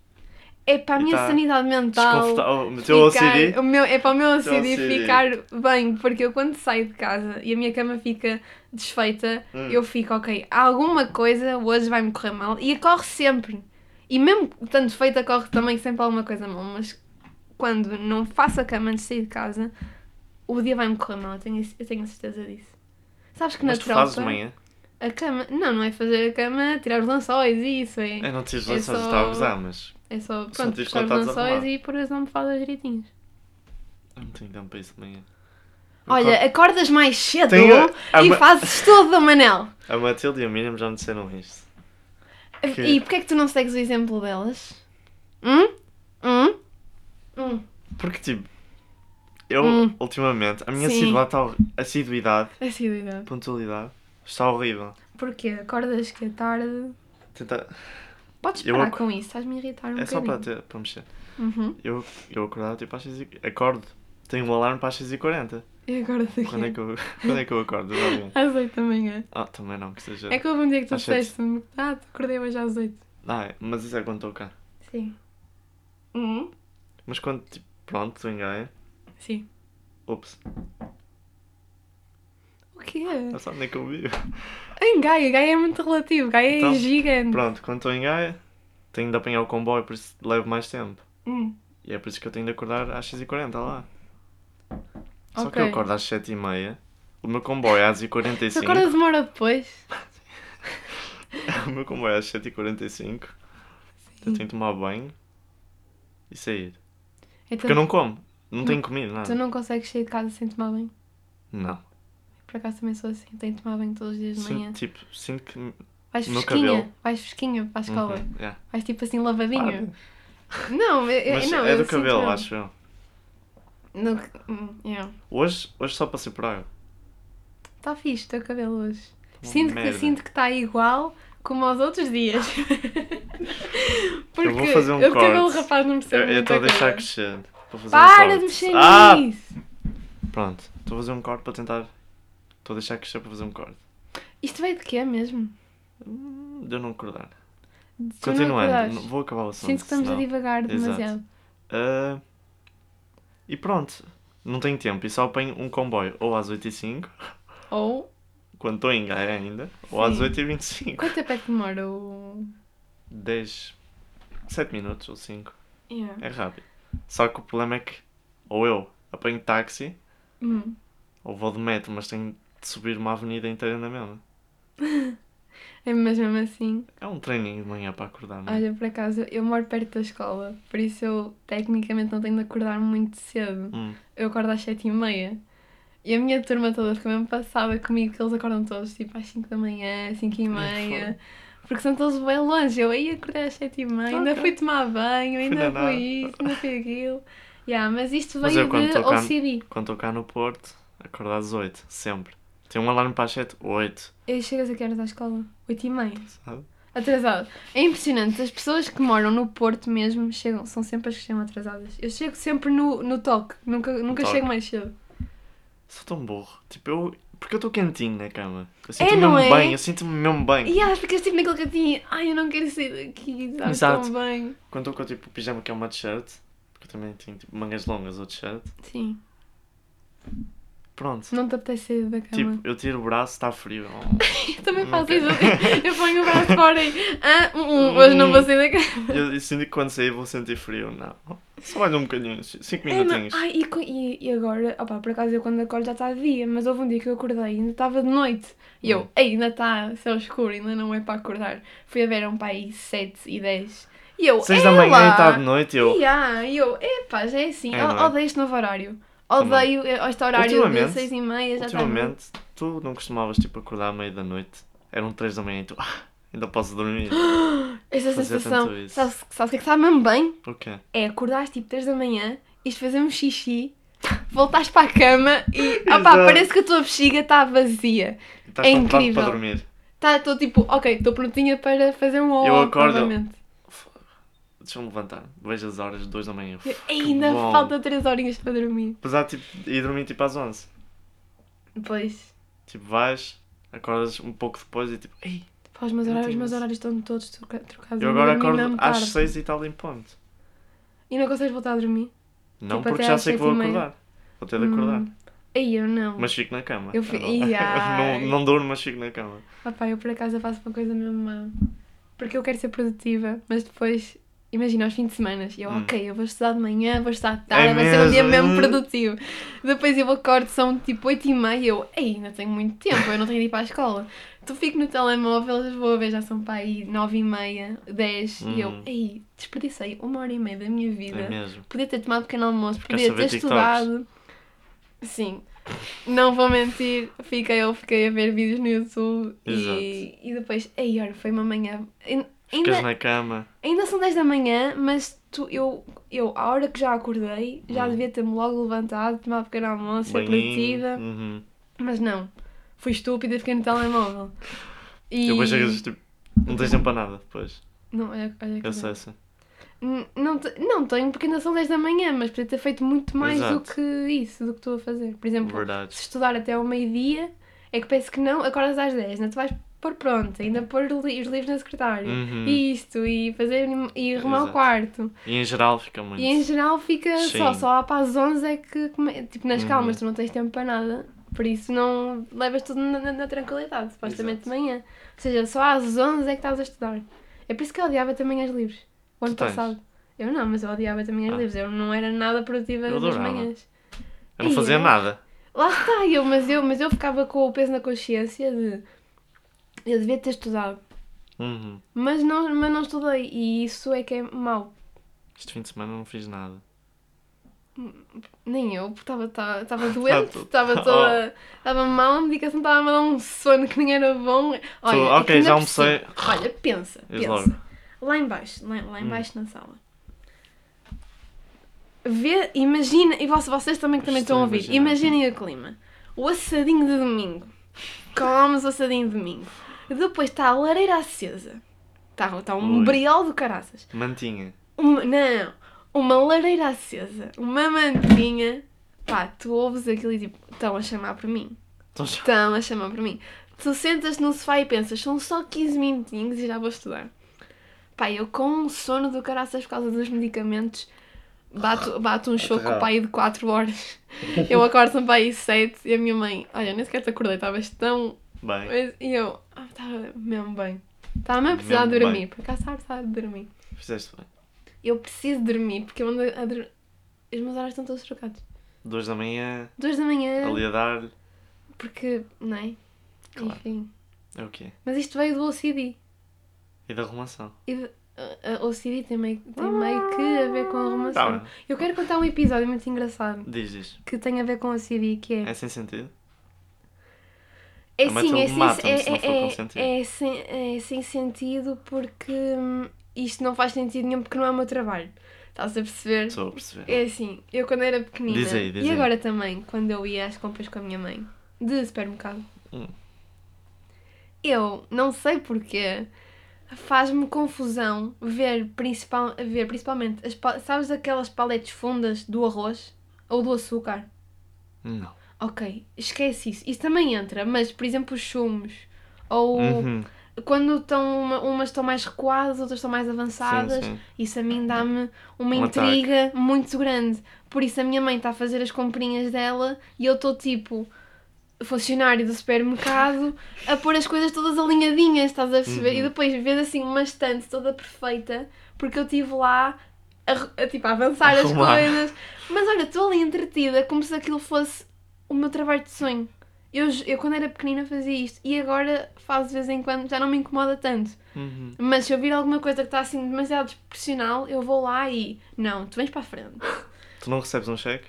Speaker 2: É para a
Speaker 1: e
Speaker 2: minha
Speaker 1: tá
Speaker 2: sanidade mental.
Speaker 1: Desconfortável. O teu
Speaker 2: ficar-
Speaker 1: OCD.
Speaker 2: o meu, é para o meu
Speaker 1: Teu
Speaker 2: OCD,
Speaker 1: OCD.
Speaker 2: ficar bem, porque eu quando saio de casa e a minha cama fica desfeita,
Speaker 1: Hum.
Speaker 2: eu fico, ok, alguma coisa hoje vai-me correr mal e corre sempre. E mesmo tanto feita, corre também sempre alguma coisa mal, mas quando não faço a cama antes de sair de casa, o dia vai-me correr mal, eu tenho, eu tenho a certeza disso. Sabes que
Speaker 1: Mas
Speaker 2: na
Speaker 1: tu
Speaker 2: tropa,
Speaker 1: fazes de manhã?
Speaker 2: a cama, não, não é fazer a cama, tirar os lençóis e isso, é,
Speaker 1: Eu não tive
Speaker 2: É
Speaker 1: lançados,
Speaker 2: só-
Speaker 1: estava a gozar, mas
Speaker 2: é só,
Speaker 1: Só
Speaker 2: pronto, puxar
Speaker 1: tens
Speaker 2: os
Speaker 1: quando estás
Speaker 2: lençóis
Speaker 1: arrumado.
Speaker 2: e pôr as almofadas direitinhas.
Speaker 1: eu não tenho tempo para isso de manhã. Eu
Speaker 2: Olha, acordas mais cedo
Speaker 1: Tenho- a
Speaker 2: e
Speaker 1: ma-
Speaker 2: fazes tudo, Manel.
Speaker 1: co- a Matilde e o Miriam já me disseram isto. Que-
Speaker 2: E porquê é que tu não segues o exemplo delas? Hum? Hum? Hum.
Speaker 1: Porque, tipo, eu,
Speaker 2: Hum.
Speaker 1: ultimamente, a minha
Speaker 2: Sim.
Speaker 1: assiduidade, tá hor- assiduidade,
Speaker 2: Assiduidade.
Speaker 1: pontualidade, está horrível.
Speaker 2: Porquê? Acordas que é tarde.
Speaker 1: Tenta...
Speaker 2: Podes
Speaker 1: Eu
Speaker 2: parar
Speaker 1: ac-
Speaker 2: com isso, estás-me a irritar um
Speaker 1: é só para,
Speaker 2: bocadinho.
Speaker 1: ter, para mexer.
Speaker 2: Uhum.
Speaker 1: Eu, eu acordava tipo às 6 e... Acordo. Tenho um alarme para as 6h40.
Speaker 2: E acordas aqui.
Speaker 1: Quando é que eu, quando é que eu acordo? Exatamente.
Speaker 2: Às 8 da manhã.
Speaker 1: Ah, também não, que seja...
Speaker 2: É que houve um dia que tu
Speaker 1: Às sete.
Speaker 2: disseste-me. Ah, te acordei hoje às 8.
Speaker 1: Ah, é, mas isso é quando estou cá.
Speaker 2: Sim. Hum?
Speaker 1: Mas quando, tipo, pronto, estou em Gaia...
Speaker 2: Sim.
Speaker 1: Ups,
Speaker 2: O quê?
Speaker 1: não sabe nem que eu vivo.
Speaker 2: Em Gaia, Gaia é muito relativo. Gaia
Speaker 1: Então,
Speaker 2: é gigante.
Speaker 1: Pronto, quando estou em Gaia, tenho de apanhar o comboio, por isso levo mais tempo.
Speaker 2: Hum.
Speaker 1: E é por isso que eu tenho de acordar às 6h40 lá. Só que
Speaker 2: Ok.
Speaker 1: eu acordo às 7h30, o meu comboio é às
Speaker 2: Tu
Speaker 1: 45
Speaker 2: acordas uma hora depois?
Speaker 1: O meu comboio é às 7h45. Eu tenho de tomar banho e sair.
Speaker 2: Então,
Speaker 1: Porque eu não como, não tenho comido
Speaker 2: Tu
Speaker 1: nada.
Speaker 2: não consegues sair de casa sem tomar banho?
Speaker 1: Não.
Speaker 2: Por acaso também sou assim, tenho de tomar banho todos os dias de manhã.
Speaker 1: Sinto, tipo, sinto que.
Speaker 2: Vais
Speaker 1: no
Speaker 2: fresquinha,
Speaker 1: cabelo.
Speaker 2: vais fresquinha para a escola.
Speaker 1: Uhum, yeah.
Speaker 2: Vais tipo assim lavadinho.
Speaker 1: Para.
Speaker 2: Não, eu,
Speaker 1: Mas
Speaker 2: não,
Speaker 1: é
Speaker 2: eu
Speaker 1: do
Speaker 2: sinto
Speaker 1: cabelo,
Speaker 2: não.
Speaker 1: acho eu.
Speaker 2: No- hum, yeah.
Speaker 1: Hoje, hoje só passei por água.
Speaker 2: Está fixe o teu cabelo hoje.
Speaker 1: Uma
Speaker 2: Sinto que,
Speaker 1: merda.
Speaker 2: sinto que está igual como aos outros dias. Porque
Speaker 1: Eu vou fazer um
Speaker 2: o cabelo
Speaker 1: corte.
Speaker 2: rapaz não
Speaker 1: Eu
Speaker 2: percebe
Speaker 1: eu
Speaker 2: muita
Speaker 1: estou a deixar
Speaker 2: coisa.
Speaker 1: crescer. Para fazer um
Speaker 2: Para
Speaker 1: corte.
Speaker 2: de mexer
Speaker 1: Ah!
Speaker 2: nisso!
Speaker 1: Pronto, estou a fazer um corte para tentar. Estou a deixar crescer para fazer um corte.
Speaker 2: Isto veio de quê mesmo?
Speaker 1: Hum, De eu não acordar.
Speaker 2: De tu não
Speaker 1: Continuando,
Speaker 2: acordares.
Speaker 1: não- vou acabar o assunto.
Speaker 2: Sinto que estamos a
Speaker 1: senão-
Speaker 2: divagar
Speaker 1: Exato.
Speaker 2: demasiado.
Speaker 1: Ah, E pronto, não tenho tempo e só apanho um comboio ou às 8h05,
Speaker 2: Ou
Speaker 1: quando estou em Gaia ainda, ou às
Speaker 2: Sim.
Speaker 1: 8h25.
Speaker 2: Quanto tempo é que demora o.
Speaker 1: 10, 7 minutos ou 5.
Speaker 2: Yeah.
Speaker 1: É rápido. Só que o problema é que ou eu apanho táxi
Speaker 2: Hum.
Speaker 1: ou vou de metro, mas tenho de subir uma avenida inteira na mesma.
Speaker 2: É, mas mesmo assim,
Speaker 1: É um treininho de manhã para acordar, não é?
Speaker 2: olha, por acaso, eu moro perto da escola, por isso eu tecnicamente não tenho de acordar muito cedo.
Speaker 1: Hum.
Speaker 2: Eu acordo às sete e meia. E a minha turma toda fica mesmo passada comigo, que eles acordam todos tipo às 5 da manhã, 5 e meia. Porque são todos bem longe. Eu aí acordei às 7 e meia, ainda
Speaker 1: Ok.
Speaker 2: fui tomar banho, ainda
Speaker 1: Ainda
Speaker 2: fui
Speaker 1: nada.
Speaker 2: isso, ainda fui aquilo. Yeah, mas isto
Speaker 1: Mas
Speaker 2: veio
Speaker 1: eu quando
Speaker 2: de
Speaker 1: tô cá-
Speaker 2: OCD.
Speaker 1: Quando estou cá no Porto, acordo às 8, sempre. Tem um alarme para as 7, 8,
Speaker 2: Eu chegas a que horas à escola? 8 e meia.
Speaker 1: sabe?
Speaker 2: Atrasado. É impressionante. As pessoas que moram no Porto mesmo chegam, são sempre as que chegam atrasadas. Eu chego sempre no, no toque. Nunca, nunca
Speaker 1: toque.
Speaker 2: chego mais cedo.
Speaker 1: Sou tão burro. Tipo, eu. Porque eu estou quentinho na cama. Eu sinto-me
Speaker 2: não
Speaker 1: mesmo
Speaker 2: é?
Speaker 1: bem, eu sinto-me mesmo bem.
Speaker 2: E ah, ficas tipo naquele cantinho. Ai, eu não quero sair daqui. Sabe
Speaker 1: Exato.
Speaker 2: tão bem.
Speaker 1: Quando estou com tipo pijama que é uma t-shirt, porque eu também tenho tipo mangas longas ou t-shirt,
Speaker 2: Sim.
Speaker 1: pronto.
Speaker 2: Não é te apetece sair da cama.
Speaker 1: Tipo, um eu tiro o braço, está frio.
Speaker 2: eu também
Speaker 1: não
Speaker 2: faço
Speaker 1: quero.
Speaker 2: isso. Eu ponho o braço fora e. Ah, hum, hum,
Speaker 1: Um
Speaker 2: hoje não vou sair da cama.
Speaker 1: Eu, eu sinto que quando sair vou sentir frio. Não. Só mais um bocadinho, 5
Speaker 2: É, não.
Speaker 1: minutinhos.
Speaker 2: Ai, e, co- e, e agora? Opa, por acaso eu quando acordo já está de dia, mas houve um dia que eu acordei e ainda estava de noite. E eu,
Speaker 1: Hum.
Speaker 2: ei, ainda está céu escuro, ainda não é para acordar. Fui a ver a um pai 7 e 10. E eu,
Speaker 1: 6
Speaker 2: "Ela!"
Speaker 1: da manhã e está de noite, eu.
Speaker 2: E, ah, e eu, epá, já é assim,
Speaker 1: É,
Speaker 2: eu
Speaker 1: não é?
Speaker 2: odeio este novo horário.
Speaker 1: Também.
Speaker 2: Odeio eh, este horário de
Speaker 1: Ultimamente-
Speaker 2: 6 e meia, já está de noite.
Speaker 1: Ultimamente, tu não costumavas tipo acordar à meia da noite. Eram 3 da manhã e tu. "Ah, ainda posso dormir.
Speaker 2: Essa
Speaker 1: fazia
Speaker 2: sensação,
Speaker 1: tanto isso.
Speaker 2: sabes, sabes o que é que está mesmo bem?
Speaker 1: O quê?
Speaker 2: É acordar às tipo 3 da manhã, isto fazer um xixi, voltares para a cama e, opá,
Speaker 1: Exato.
Speaker 2: parece que a tua bexiga está vazia.
Speaker 1: Estás
Speaker 2: É
Speaker 1: tão pronto
Speaker 2: incrível.
Speaker 1: para dormir.
Speaker 2: Tá, estou tipo, ok, estou prontinha para fazer um
Speaker 1: Eu
Speaker 2: ou
Speaker 1: acordo.
Speaker 2: novamente.
Speaker 1: deixa-me levantar. Vejo as horas, 2 da manhã.
Speaker 2: Eu-
Speaker 1: Uf, que
Speaker 2: Ainda
Speaker 1: bom.
Speaker 2: falta 3 horinhas para dormir.
Speaker 1: Apesar de tipo, ir dormir tipo às 11.
Speaker 2: Pois.
Speaker 1: Tipo, vais, acordas um pouco depois e tipo, ei,
Speaker 2: Pá, os meus
Speaker 1: Eu
Speaker 2: horários,
Speaker 1: não
Speaker 2: os
Speaker 1: tenho
Speaker 2: meus
Speaker 1: isso.
Speaker 2: horários estão todos troca- trocados.
Speaker 1: eu agora
Speaker 2: dormi
Speaker 1: acordo
Speaker 2: mesmo
Speaker 1: às
Speaker 2: tarde.
Speaker 1: 6 e tal em ponto.
Speaker 2: E não consegues voltar a dormir?
Speaker 1: Não
Speaker 2: Tipo,
Speaker 1: porque
Speaker 2: até
Speaker 1: já
Speaker 2: às
Speaker 1: sei que
Speaker 2: seis
Speaker 1: vou
Speaker 2: e meia.
Speaker 1: acordar. Vou ter de acordar.
Speaker 2: Hum. Aí eu não.
Speaker 1: Mas fico na cama.
Speaker 2: Eu fi-
Speaker 1: Ah,
Speaker 2: Ih, ai.
Speaker 1: não. não, não durmo, mas fico na cama.
Speaker 2: Ah, pá, eu por acaso eu faço uma coisa mesmo má. Porque eu quero ser produtiva, mas depois, imagina, aos fins de semana, eu,
Speaker 1: Hum.
Speaker 2: ok, eu vou estudar de manhã, vou estudar de tarde,
Speaker 1: É
Speaker 2: vai ser um dia
Speaker 1: mesmo?
Speaker 2: mesmo produtivo. Depois eu acordo, são tipo 8 e meia, eu, ei, ainda tenho muito tempo, eu não tenho de ir para a escola. Tu fico no telemóvel, já vou ver, já são para aí 9 e meia, 10, e eu,
Speaker 1: Hum.
Speaker 2: ei, desperdicei uma hora e meia da minha vida.
Speaker 1: É mesmo.
Speaker 2: Podia ter tomado pequeno almoço,
Speaker 1: Ficaste
Speaker 2: podia
Speaker 1: a
Speaker 2: ter
Speaker 1: ver
Speaker 2: estudado. Sim. Não vou mentir, fiquei, eu fiquei a ver vídeos no YouTube e, e depois, ei, olha, foi uma manhã. Ain-
Speaker 1: Ficas
Speaker 2: Ainda,
Speaker 1: na cama.
Speaker 2: ainda são 10 da manhã, mas tu, eu, eu, à hora que já acordei, já
Speaker 1: Hum.
Speaker 2: devia ter-me logo levantado, tomado um pequeno almoço, ser
Speaker 1: Banhinho.
Speaker 2: produtiva,
Speaker 1: Uhum.
Speaker 2: mas não. Fui estúpida, fiquei no telemóvel. E...
Speaker 1: Eu vejo às vezes tipo, não tens tempo para nada depois.
Speaker 2: Não, olha, olha que
Speaker 1: Eu
Speaker 2: bem.
Speaker 1: sei, sei.
Speaker 2: N- Não, te- não tenho, porque ainda são 10 da manhã, mas podia ter feito muito mais do
Speaker 1: Exato.
Speaker 2: que isso, do que estou a fazer. Por exemplo,
Speaker 1: Verdade.
Speaker 2: se estudar até ao meio-dia, é que penso que não, acordas às 10, não te vais pôr pronto, ainda pôr li- os livros na secretária.
Speaker 1: Uhum. E...
Speaker 2: E isto, e fazer e arrumar o
Speaker 1: Exato.
Speaker 2: quarto.
Speaker 1: em geral fica muito.
Speaker 2: E em geral fica
Speaker 1: Sim.
Speaker 2: só, só lá para as 11 é que, come- tipo, nas
Speaker 1: Uhum.
Speaker 2: calmas tu não tens tempo para nada, por isso não levas tudo na, na- na tranquilidade, supostamente de
Speaker 1: Exato.
Speaker 2: manhã. Ou seja, só às 11 é que estás a estudar. É por isso que eu odiava também as livros, o ano
Speaker 1: Tu tens?
Speaker 2: passado. Eu não, mas eu odiava também as
Speaker 1: Ah.
Speaker 2: livros, eu não era nada produtiva
Speaker 1: Eu
Speaker 2: nas
Speaker 1: adorava.
Speaker 2: manhãs.
Speaker 1: Eu não fazia
Speaker 2: Ia.
Speaker 1: nada.
Speaker 2: Lá está, eu, mas, eu, mas eu ficava com o peso na consciência de eu devia ter estudado,
Speaker 1: Uhum.
Speaker 2: mas não, mas não estudei e isso é que é mau.
Speaker 1: Este fim de semana não fiz nada.
Speaker 2: Nem eu, porque estava tá, doente,
Speaker 1: Tá tudo. Oh.
Speaker 2: estava toda. Estava mal, a medicação estava a dar um sono que nem era bom. Olha,
Speaker 1: Tu,
Speaker 2: é que
Speaker 1: ok,
Speaker 2: ainda
Speaker 1: já
Speaker 2: por
Speaker 1: almocei.
Speaker 2: cima- Olha, pensa,
Speaker 1: Diz
Speaker 2: pensa.
Speaker 1: logo.
Speaker 2: Lá embaixo, lá, lá
Speaker 1: Hum.
Speaker 2: embaixo na sala. Vê, imagina, e vo- vocês também que também estão
Speaker 1: Estou
Speaker 2: a
Speaker 1: a
Speaker 2: ouvir,
Speaker 1: imaginar.
Speaker 2: imaginem o clima. O assadinho de domingo. Comes o assadinho de domingo. Depois está a lareira acesa. Está tá um
Speaker 1: Ui.
Speaker 2: brial do caraças.
Speaker 1: Mantinha.
Speaker 2: Uma, não, uma lareira acesa, uma mantinha. Pá, tu ouves aquilo e tipo, estão a chamar por mim.
Speaker 1: Então já-
Speaker 2: Estão a chamar por mim. Tu sentas no sofá e pensas, são só 15 minutinhos e já vou estudar. Pá, eu com um sono do caraças por causa dos medicamentos, bato, bato um choco com o pai de 4 horas. Eu acordo sempre aí 7 e a minha mãe, olha, nem sequer te acordei, estavas tão.
Speaker 1: Bem,
Speaker 2: mas-" E eu, "Ah, estava mesmo bem. Estava mesmo a precisar de
Speaker 1: Mesmo bem.
Speaker 2: dormir, por acaso estava a precisar de dormir.
Speaker 1: fizeste bem.
Speaker 2: Eu preciso dormir porque eu ando a dormir. Os meus horários estão todos trocados.
Speaker 1: Duas da manhã,
Speaker 2: Duas da manhã,
Speaker 1: ali a dar-lhe.
Speaker 2: porque. Não é?
Speaker 1: Claro.
Speaker 2: Enfim.
Speaker 1: É o quê?
Speaker 2: Mas isto veio do OCD.
Speaker 1: E da arrumação.
Speaker 2: E de- a- a OCD tem meio, tem meio que a ver com a
Speaker 1: Tá
Speaker 2: arrumação.
Speaker 1: bem.
Speaker 2: Eu quero contar um episódio muito engraçado
Speaker 1: Diz, diz.
Speaker 2: que tem a ver com OCD, que é.
Speaker 1: É sem sentido?
Speaker 2: É
Speaker 1: A
Speaker 2: sim, é,
Speaker 1: Matilde
Speaker 2: sem-
Speaker 1: mata-me
Speaker 2: é,
Speaker 1: se não for
Speaker 2: é-
Speaker 1: com sentido.
Speaker 2: é sem, é sem sentido porque hum, isto não faz sentido nenhum porque não é o meu trabalho. Estás a perceber?
Speaker 1: Estou a perceber.
Speaker 2: É assim, eu quando era pequenina
Speaker 1: Diz aí, diz
Speaker 2: e
Speaker 1: aí.
Speaker 2: agora também, quando eu ia às compras com a minha mãe, de supermercado,
Speaker 1: Hum.
Speaker 2: eu não sei porquê, faz-me confusão ver, principal, ver principalmente, as, pa- sabes aquelas paletes fundas do arroz ou do açúcar?
Speaker 1: Não.
Speaker 2: Ok, esquece isso. Isso também entra, mas por exemplo os sumos ou
Speaker 1: Uhum.
Speaker 2: quando estão uma- umas estão mais recuadas, outras estão mais avançadas.
Speaker 1: Sim, sim.
Speaker 2: Isso a mim dá-me uma
Speaker 1: Um ataque.
Speaker 2: intriga muito grande. Por isso a minha mãe está a fazer as comprinhas dela e eu estou tipo funcionário do supermercado a pôr as coisas todas alinhadinhas, estás a perceber? E
Speaker 1: Uhum.
Speaker 2: depois vês assim uma estante toda perfeita porque eu estive lá a, re- a, tipo, a avançar as
Speaker 1: Arrumar.
Speaker 2: coisas. Mas olha, estou ali entretida como se aquilo fosse o meu trabalho de sonho. Eu, ju- eu quando era pequenina fazia isto e agora faço de vez em quando, já não me incomoda tanto.
Speaker 1: Uhum.
Speaker 2: Mas se eu vir alguma coisa que está assim demasiado desproporcional, eu vou lá e. Não, tu vens para a frente.
Speaker 1: Tu não recebes um cheque?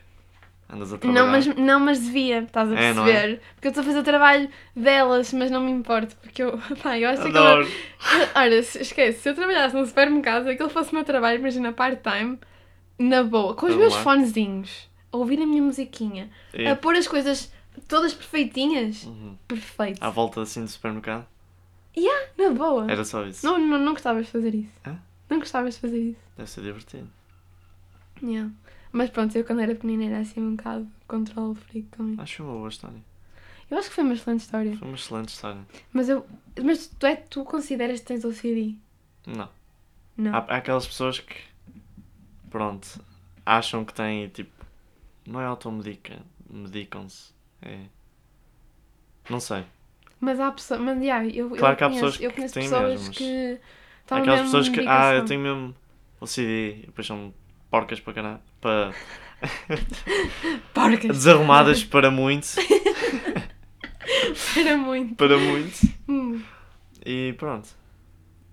Speaker 1: Andas a trabalhar?
Speaker 2: Não mas, não, mas devia, estás a
Speaker 1: É, não é?
Speaker 2: perceber? Porque eu estou a fazer o trabalho delas, mas não me importo, porque eu. Pá, eu acho que. é
Speaker 1: Adoro.
Speaker 2: aquela- Olha, se- esquece, se eu trabalhasse num supermercado, aquele fosse o meu trabalho, imagina part-time, na boa, com os
Speaker 1: Vamos
Speaker 2: meus
Speaker 1: lá.
Speaker 2: fonezinhos, a ouvir a minha musiquinha,
Speaker 1: E-
Speaker 2: a pôr as coisas todas perfeitinhas.
Speaker 1: Uhum.
Speaker 2: Perfeito.
Speaker 1: À volta assim do supermercado?
Speaker 2: Na boa.
Speaker 1: Era só isso.
Speaker 2: Não, não, não gostavas de fazer isso.
Speaker 1: Hã?
Speaker 2: Não gostavas de fazer isso.
Speaker 1: Deve ser divertido.
Speaker 2: Yeah. Mas pronto, eu quando era pequenina era assim um bocado control freak comigo.
Speaker 1: Acho uma boa história.
Speaker 2: Eu acho que foi uma excelente história.
Speaker 1: Foi uma excelente história.
Speaker 2: Mas eu. Mas tu, é, tu consideras que tens OCD?
Speaker 1: Não.
Speaker 2: Não.
Speaker 1: Há, há aquelas pessoas que, pronto, acham que têm, tipo, não é automedica, medicam-se. É. Não sei.
Speaker 2: Mas há pessoas. Mas yeah, eu,
Speaker 1: Claro
Speaker 2: eu
Speaker 1: que há
Speaker 2: conheço,
Speaker 1: pessoas
Speaker 2: eu
Speaker 1: que
Speaker 2: conheço
Speaker 1: têm
Speaker 2: pessoas
Speaker 1: mesmo, mas
Speaker 2: que.
Speaker 1: Há
Speaker 2: estão
Speaker 1: aquelas
Speaker 2: mesmo assim,
Speaker 1: pessoas que,
Speaker 2: em
Speaker 1: ah, eu
Speaker 2: medicação.
Speaker 1: tenho mesmo OCD, e depois são porcas para caralho. Para...
Speaker 2: Porcas.
Speaker 1: Desarrumadas para muito,
Speaker 2: Era muito.
Speaker 1: para muito.
Speaker 2: Hum.
Speaker 1: E pronto.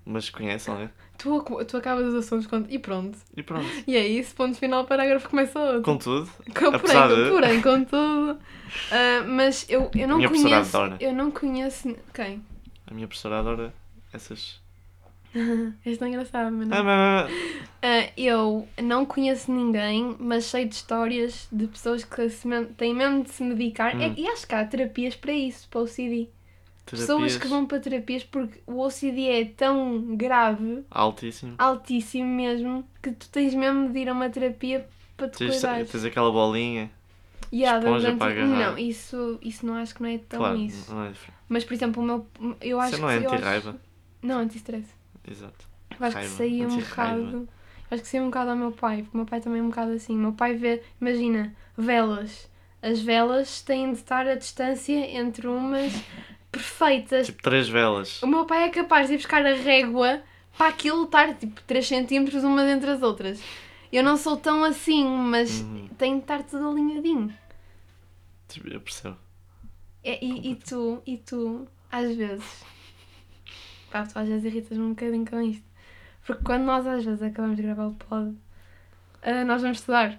Speaker 1: Mas conhece alguém.
Speaker 2: Tu, ac- tu acabas os assuntos quando... e pronto.
Speaker 1: E pronto.
Speaker 2: E é isso, ponto final, parágrafo começa outro.
Speaker 1: Contudo,
Speaker 2: Com,
Speaker 1: Apesar
Speaker 2: porém,
Speaker 1: de-
Speaker 2: porém, contudo. ah, mas eu, eu não
Speaker 1: Minha professora
Speaker 2: conheço.
Speaker 1: adora.
Speaker 2: Eu não conheço. Quem?
Speaker 1: a minha professora adora essas.
Speaker 2: És tão engraçado, mas não.
Speaker 1: Ah, mas- mas-
Speaker 2: Ah, eu não conheço ninguém, mas sei de histórias de pessoas que se men- têm medo de se medicar.
Speaker 1: Hum.
Speaker 2: É- E acho que há terapias para isso, para o OCD. Pessoas
Speaker 1: terapias
Speaker 2: que vão para terapias porque o OCD é tão grave,
Speaker 1: Altíssimo.
Speaker 2: altíssimo mesmo, que tu tens mesmo de ir a uma terapia para te
Speaker 1: Tens,
Speaker 2: cuidar.
Speaker 1: tens aquela bolinha. esponja para agarrar.
Speaker 2: Não, isso, isso não acho que não é tão
Speaker 1: claro,
Speaker 2: isso.
Speaker 1: não é diferente.
Speaker 2: Mas, por exemplo, o meu. Eu acho
Speaker 1: Isso não
Speaker 2: que
Speaker 1: é
Speaker 2: eu acho-
Speaker 1: anti-raiva.
Speaker 2: Não, anti-stress.
Speaker 1: Exato.
Speaker 2: Eu acho que
Speaker 1: Raiva,
Speaker 2: saí um
Speaker 1: anti-raiva.
Speaker 2: bocado. eu Acho que saí um bocado ao meu pai, porque o meu pai também é um bocado assim. O meu pai vê, imagina, velas. As velas têm de estar a distância entre umas perfeitas.
Speaker 1: Tipo três velas.
Speaker 2: O meu pai é capaz de ir buscar a régua para aquilo estar tipo 3 centímetros umas entre as outras. Eu não sou tão assim, mas
Speaker 1: Uhum.
Speaker 2: tem de estar tudo alinhadinho.
Speaker 1: Tipo, eu percebo.
Speaker 2: É, e, e tu, e tu, às vezes, pá, tu às vezes irritas-me um bocadinho com isto. Porque quando nós às vezes acabamos de gravar o pod, ah, nós vamos estudar.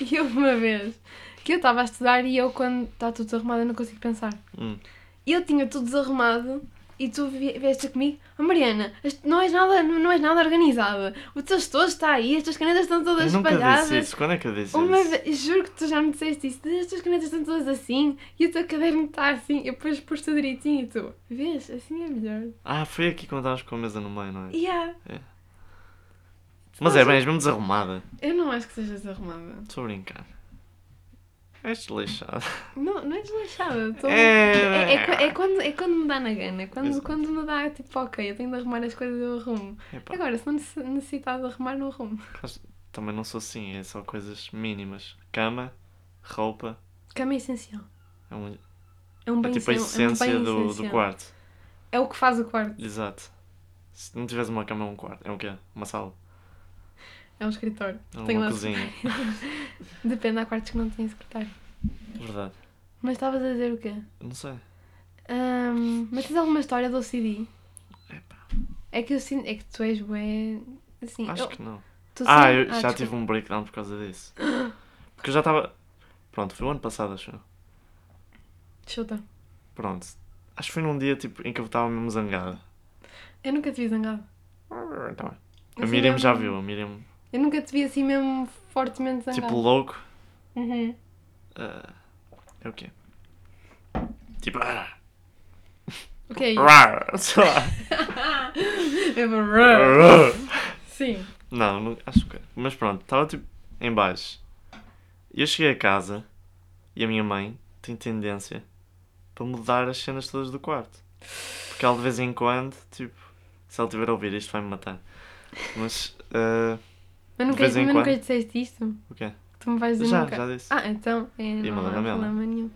Speaker 2: E houve uma vez que eu estava a estudar e eu quando está tudo desarrumado eu não consigo pensar.
Speaker 1: Hum.
Speaker 2: E eu tinha tudo desarrumado e tu vi- vieste comigo, oh Mariana, isto não és nada, não não és nada organizada. O teu estojo está aí, as tuas canetas estão
Speaker 1: Eu
Speaker 2: todas
Speaker 1: nunca
Speaker 2: espalhadas.
Speaker 1: disse isso. Quando é que eu disse
Speaker 2: Uma
Speaker 1: isso?
Speaker 2: vez, juro que tu já me disseste isso, as tuas canetas estão todas assim e o teu caderno está assim, eu depois pus-te direitinho e tu, vês, assim é melhor.
Speaker 1: Ah, foi aqui quando estávamos com a mesa no meio, não é?
Speaker 2: E há.
Speaker 1: É. Mas é bem, és mesmo desarrumada.
Speaker 2: Eu não acho que sejas desarrumada.
Speaker 1: Estou a brincar. És lixada.
Speaker 2: Não, não é desleixada. Tô...
Speaker 1: É,
Speaker 2: É, é,
Speaker 1: é.
Speaker 2: qua- é quando, é quando me dá na gana, quando,
Speaker 1: Exato.
Speaker 2: quando me dá tipo, ok, eu tenho de arrumar as coisas, eu arrumo.
Speaker 1: Epá,
Speaker 2: Agora, se não nece- necessitar de arrumar, não arrumo.
Speaker 1: também não sou assim, é só coisas mínimas. Cama, roupa,
Speaker 2: Cama é essencial.
Speaker 1: é, um-
Speaker 2: É um
Speaker 1: é
Speaker 2: bem
Speaker 1: tipo a
Speaker 2: essencial, é um
Speaker 1: essência
Speaker 2: bem
Speaker 1: do, do
Speaker 2: essencial.
Speaker 1: quarto.
Speaker 2: É o que faz o quarto.
Speaker 1: Exato. Se não tivesse uma cama, é um quarto. É um quê? Uma sala.
Speaker 2: É um escritório.
Speaker 1: É uma
Speaker 2: Tem lá-
Speaker 1: cozinha.
Speaker 2: Depende, há quartos que não têm secretário.
Speaker 1: Verdade.
Speaker 2: Mas estavas a dizer o quê?
Speaker 1: Não sei.
Speaker 2: Ahm, mas tens alguma história do OCD?
Speaker 1: Epá,
Speaker 2: É que eu sinto. É que tu és bué. Assim.
Speaker 1: acho
Speaker 2: eu-
Speaker 1: que não.
Speaker 2: tu
Speaker 1: Ah,
Speaker 2: sempre-
Speaker 1: eu já
Speaker 2: desculpa.
Speaker 1: tive um breakdown por causa disso. Porque eu já estava. Pronto, foi o ano passado, acho. eu.
Speaker 2: Chuta.
Speaker 1: Pronto. Acho que foi num dia tipo, em que eu estava mesmo zangada.
Speaker 2: Eu nunca te vi zangado.
Speaker 1: Então, é. a
Speaker 2: Assim
Speaker 1: Miriam já
Speaker 2: mesmo-
Speaker 1: viu, a Miriam,
Speaker 2: Eu nunca te vi assim mesmo fortemente zangado.
Speaker 1: tipo, louco.
Speaker 2: Uhum.
Speaker 1: ah, é o quê? Tipo. ah,
Speaker 2: O que é isso?
Speaker 1: rar, sei lá.
Speaker 2: É uma rrr.
Speaker 1: Rar.
Speaker 2: Sim.
Speaker 1: Não, não- acho que. é. Mas pronto, estava tipo em baixo. E eu cheguei a casa e a minha mãe tem tendência para mudar as cenas todas do quarto. Porque ela de vez em quando, tipo, se ela estiver a ouvir isto vai-me matar. Mas ah,
Speaker 2: Mas nunca,
Speaker 1: vez em
Speaker 2: mas nunca
Speaker 1: quando.
Speaker 2: lhe disseste isto?
Speaker 1: o quê?
Speaker 2: Tu me vais dizer
Speaker 1: Já,
Speaker 2: nunca.
Speaker 1: já disse.
Speaker 2: Ah, então. É, não há
Speaker 1: mandou-me ela.
Speaker 2: problema nenhum.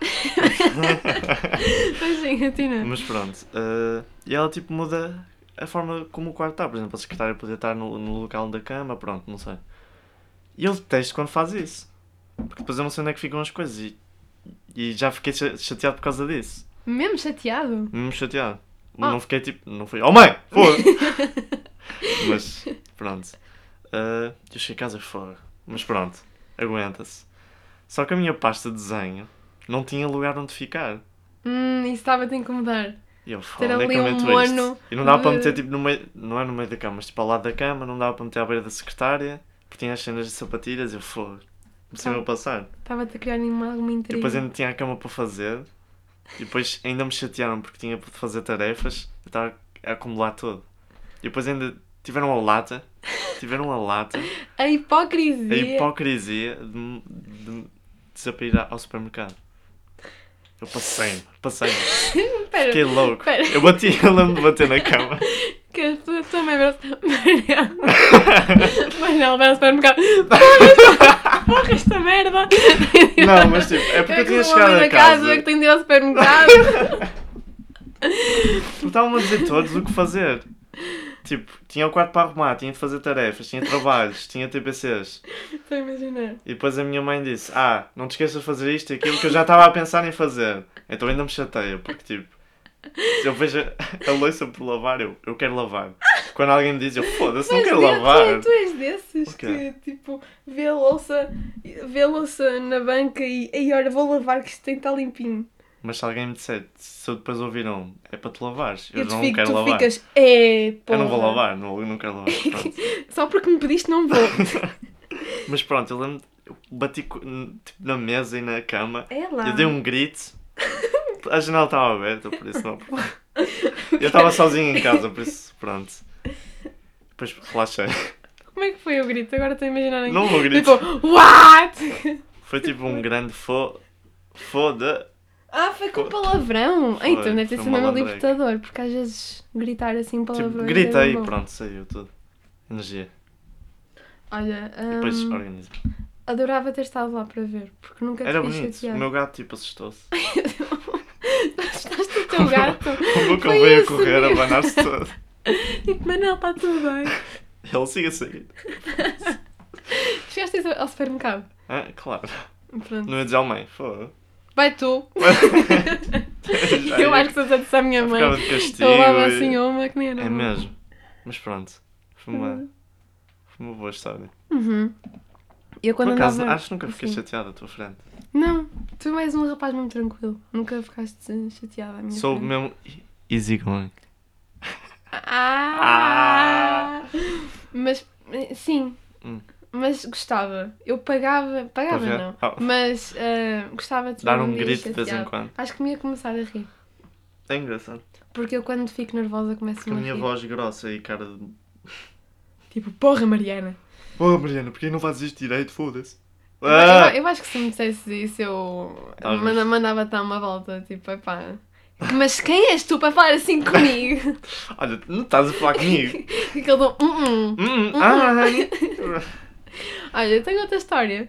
Speaker 2: Mas sim, continua.
Speaker 1: Mas pronto. ah, e ela tipo muda a forma como o quarto está. Por exemplo, a secretária podia estar no, no local da cama, pronto, não sei. E eu detesto quando faz isso. Porque depois eu não sei onde é que ficam as coisas. E, e já fiquei cha- chateado por causa disso.
Speaker 2: Mesmo chateado?
Speaker 1: Mesmo chateado.
Speaker 2: Ah.
Speaker 1: Não fiquei tipo. Não fui. Oh mãe! Foda! Mas pronto. Ah, eu cheguei a casa fora. Mas pronto. Aguenta-se. Só que a minha pasta de desenho não tinha lugar onde ficar.
Speaker 2: Hum, isso estava a te incomodar.
Speaker 1: E eu falo,
Speaker 2: Ter
Speaker 1: onde é que eu
Speaker 2: ali um
Speaker 1: meto
Speaker 2: mono
Speaker 1: isto? E não dava para
Speaker 2: de-
Speaker 1: meter tipo no meio, não é no meio da cama, mas tipo ao lado da cama, não dava para meter à beira da secretária, porque tinha as cenas de sapatilhas, eu fui. Comecei
Speaker 2: Ah,
Speaker 1: a passar.
Speaker 2: Estava-te a criar uma, alguma
Speaker 1: E
Speaker 2: intriga.
Speaker 1: depois ainda tinha a cama para fazer, e depois ainda me chatearam porque tinha de fazer tarefas, eu estava a acumular tudo. E depois ainda tiveram a lata, tiveram a lata,
Speaker 2: A hipocrisia.
Speaker 1: a hipocrisia de, de dizer para ir ao supermercado. Eu passei, passei,
Speaker 2: Pera,
Speaker 1: fiquei louco.
Speaker 2: pera.
Speaker 1: Eu bati, eu lembro de bater na cama.
Speaker 2: Que a tua, tua mãe vai ao supermercado. Mas não, vai ao supermercado. Porra, porra esta merda.
Speaker 1: Não, mas tipo, é porque eu
Speaker 2: que
Speaker 1: tinha
Speaker 2: sou uma
Speaker 1: chegado
Speaker 2: mãe
Speaker 1: a
Speaker 2: da casa.
Speaker 1: casa.
Speaker 2: que tenho de ir ao supermercado.
Speaker 1: Estavam a dizer todos o que fazer. Tipo, tinha o quarto para arrumar, tinha de fazer tarefas, tinha trabalhos, tinha TPCs.
Speaker 2: Estou a imaginar.
Speaker 1: E depois a minha mãe disse: Ah, não te esqueças de fazer isto e aquilo que eu já estava a pensar em fazer. Então ainda me chateia, porque tipo, se eu vejo a, a louça por lavar, eu, eu quero lavar. Quando alguém me diz: Eu foda-se, não
Speaker 2: Mas
Speaker 1: quero
Speaker 2: de- Tu,
Speaker 1: lavar.
Speaker 2: tu és desses
Speaker 1: O quê?
Speaker 2: que, tipo, vê a louça, vê a louça na banca e, ei, olha, vou lavar que isto tem que estar limpinho.
Speaker 1: Mas se alguém me disser, se eu depois ouvir um, é para te lavares, eu
Speaker 2: e tu,
Speaker 1: não
Speaker 2: fico-
Speaker 1: quero
Speaker 2: tu
Speaker 1: lavar.
Speaker 2: ficas, é, porra.
Speaker 1: Eu não vou lavar, não, eu não quero lavar. Pronto.
Speaker 2: Só porque me pediste, não vou.
Speaker 1: Mas pronto, eu lembro, eu bati co- n- tipo, na mesa e na cama.
Speaker 2: É lá.
Speaker 1: Eu dei um grito. A janela estava aberta, por isso não. Eu estava sozinho em casa, por isso pronto. Depois relaxei.
Speaker 2: Como é que foi o grito? Agora estou a imaginar aqui.
Speaker 1: Não houve grito.
Speaker 2: Tipo, what?
Speaker 1: Foi tipo um grande fo... foda.
Speaker 2: Ah, foi com palavrão. Ah, então deve ter
Speaker 1: foi
Speaker 2: sido mesmo
Speaker 1: malandreco.
Speaker 2: libertador, porque às vezes gritar assim palavrão.
Speaker 1: Tipo,
Speaker 2: é
Speaker 1: gritei
Speaker 2: bom.
Speaker 1: e pronto, saiu tudo. Energia.
Speaker 2: Olha,
Speaker 1: E depois
Speaker 2: hum,
Speaker 1: organismo.
Speaker 2: adorava ter estado lá para ver, porque nunca
Speaker 1: Era
Speaker 2: fiquei
Speaker 1: bonito.
Speaker 2: chateada.
Speaker 1: O meu gato tipo assustou-se.
Speaker 2: Assustaste o teu gato.
Speaker 1: O meu cão
Speaker 2: Foi
Speaker 1: veio a
Speaker 2: esse
Speaker 1: correr,
Speaker 2: mesmo.
Speaker 1: abanar-se todo.
Speaker 2: Tipo, Manel, está tudo bem.
Speaker 1: Ele siga a seguir.
Speaker 2: Chegaste ao supermercado.
Speaker 1: Ah, claro.
Speaker 2: Pronto.
Speaker 1: Não ia dizer ao mãe. Foda.
Speaker 2: Vai tu.
Speaker 1: Já
Speaker 2: eu
Speaker 1: ia-
Speaker 2: acho que se eu já disse à minha mãe.
Speaker 1: Ficava de castigo.
Speaker 2: Eu lava
Speaker 1: e-
Speaker 2: assim uma que nem era.
Speaker 1: É
Speaker 2: uma.
Speaker 1: mesmo. Mas pronto. Foi uma,
Speaker 2: Hum.
Speaker 1: foi uma boa história.
Speaker 2: Uhum. E eu quando
Speaker 1: Por acaso,
Speaker 2: andava...
Speaker 1: acho que nunca fiquei
Speaker 2: assim.
Speaker 1: chateado à tua frente.
Speaker 2: Não, tu és um rapaz muito tranquilo. Nunca ficaste chateada à minha
Speaker 1: Sou
Speaker 2: frente.
Speaker 1: mesmo easygoing.
Speaker 2: Ah! Mas, eh, sim.
Speaker 1: Hum.
Speaker 2: Mas gostava. Eu pagava... Pagava
Speaker 1: Para ver?
Speaker 2: não.
Speaker 1: Ah.
Speaker 2: Mas eh, gostava de
Speaker 1: Dar
Speaker 2: ver
Speaker 1: um
Speaker 2: dia
Speaker 1: grito de vez em
Speaker 2: chateado.
Speaker 1: quando.
Speaker 2: Acho que me ia começar a rir.
Speaker 1: É engraçado.
Speaker 2: Porque eu quando fico nervosa
Speaker 1: Com a
Speaker 2: começo-me a
Speaker 1: minha
Speaker 2: rir.
Speaker 1: voz grossa e cara de.
Speaker 2: Tipo, porra, Mariana.
Speaker 1: Oh, Mariana, porquê não fazes isto direito? Foda-se.
Speaker 2: Eu- Eu,
Speaker 1: Ah!
Speaker 2: eu acho que se me dissesse isso, eu
Speaker 1: Talvez.
Speaker 2: manda- mandava-te dar uma volta, tipo, epá. Mas quem és tu para falar assim comigo?
Speaker 1: Olha, não estás a falar comigo?
Speaker 2: Aquele dom, hum, hum.
Speaker 1: Hum, ah,
Speaker 2: Olha, eu tenho outra história.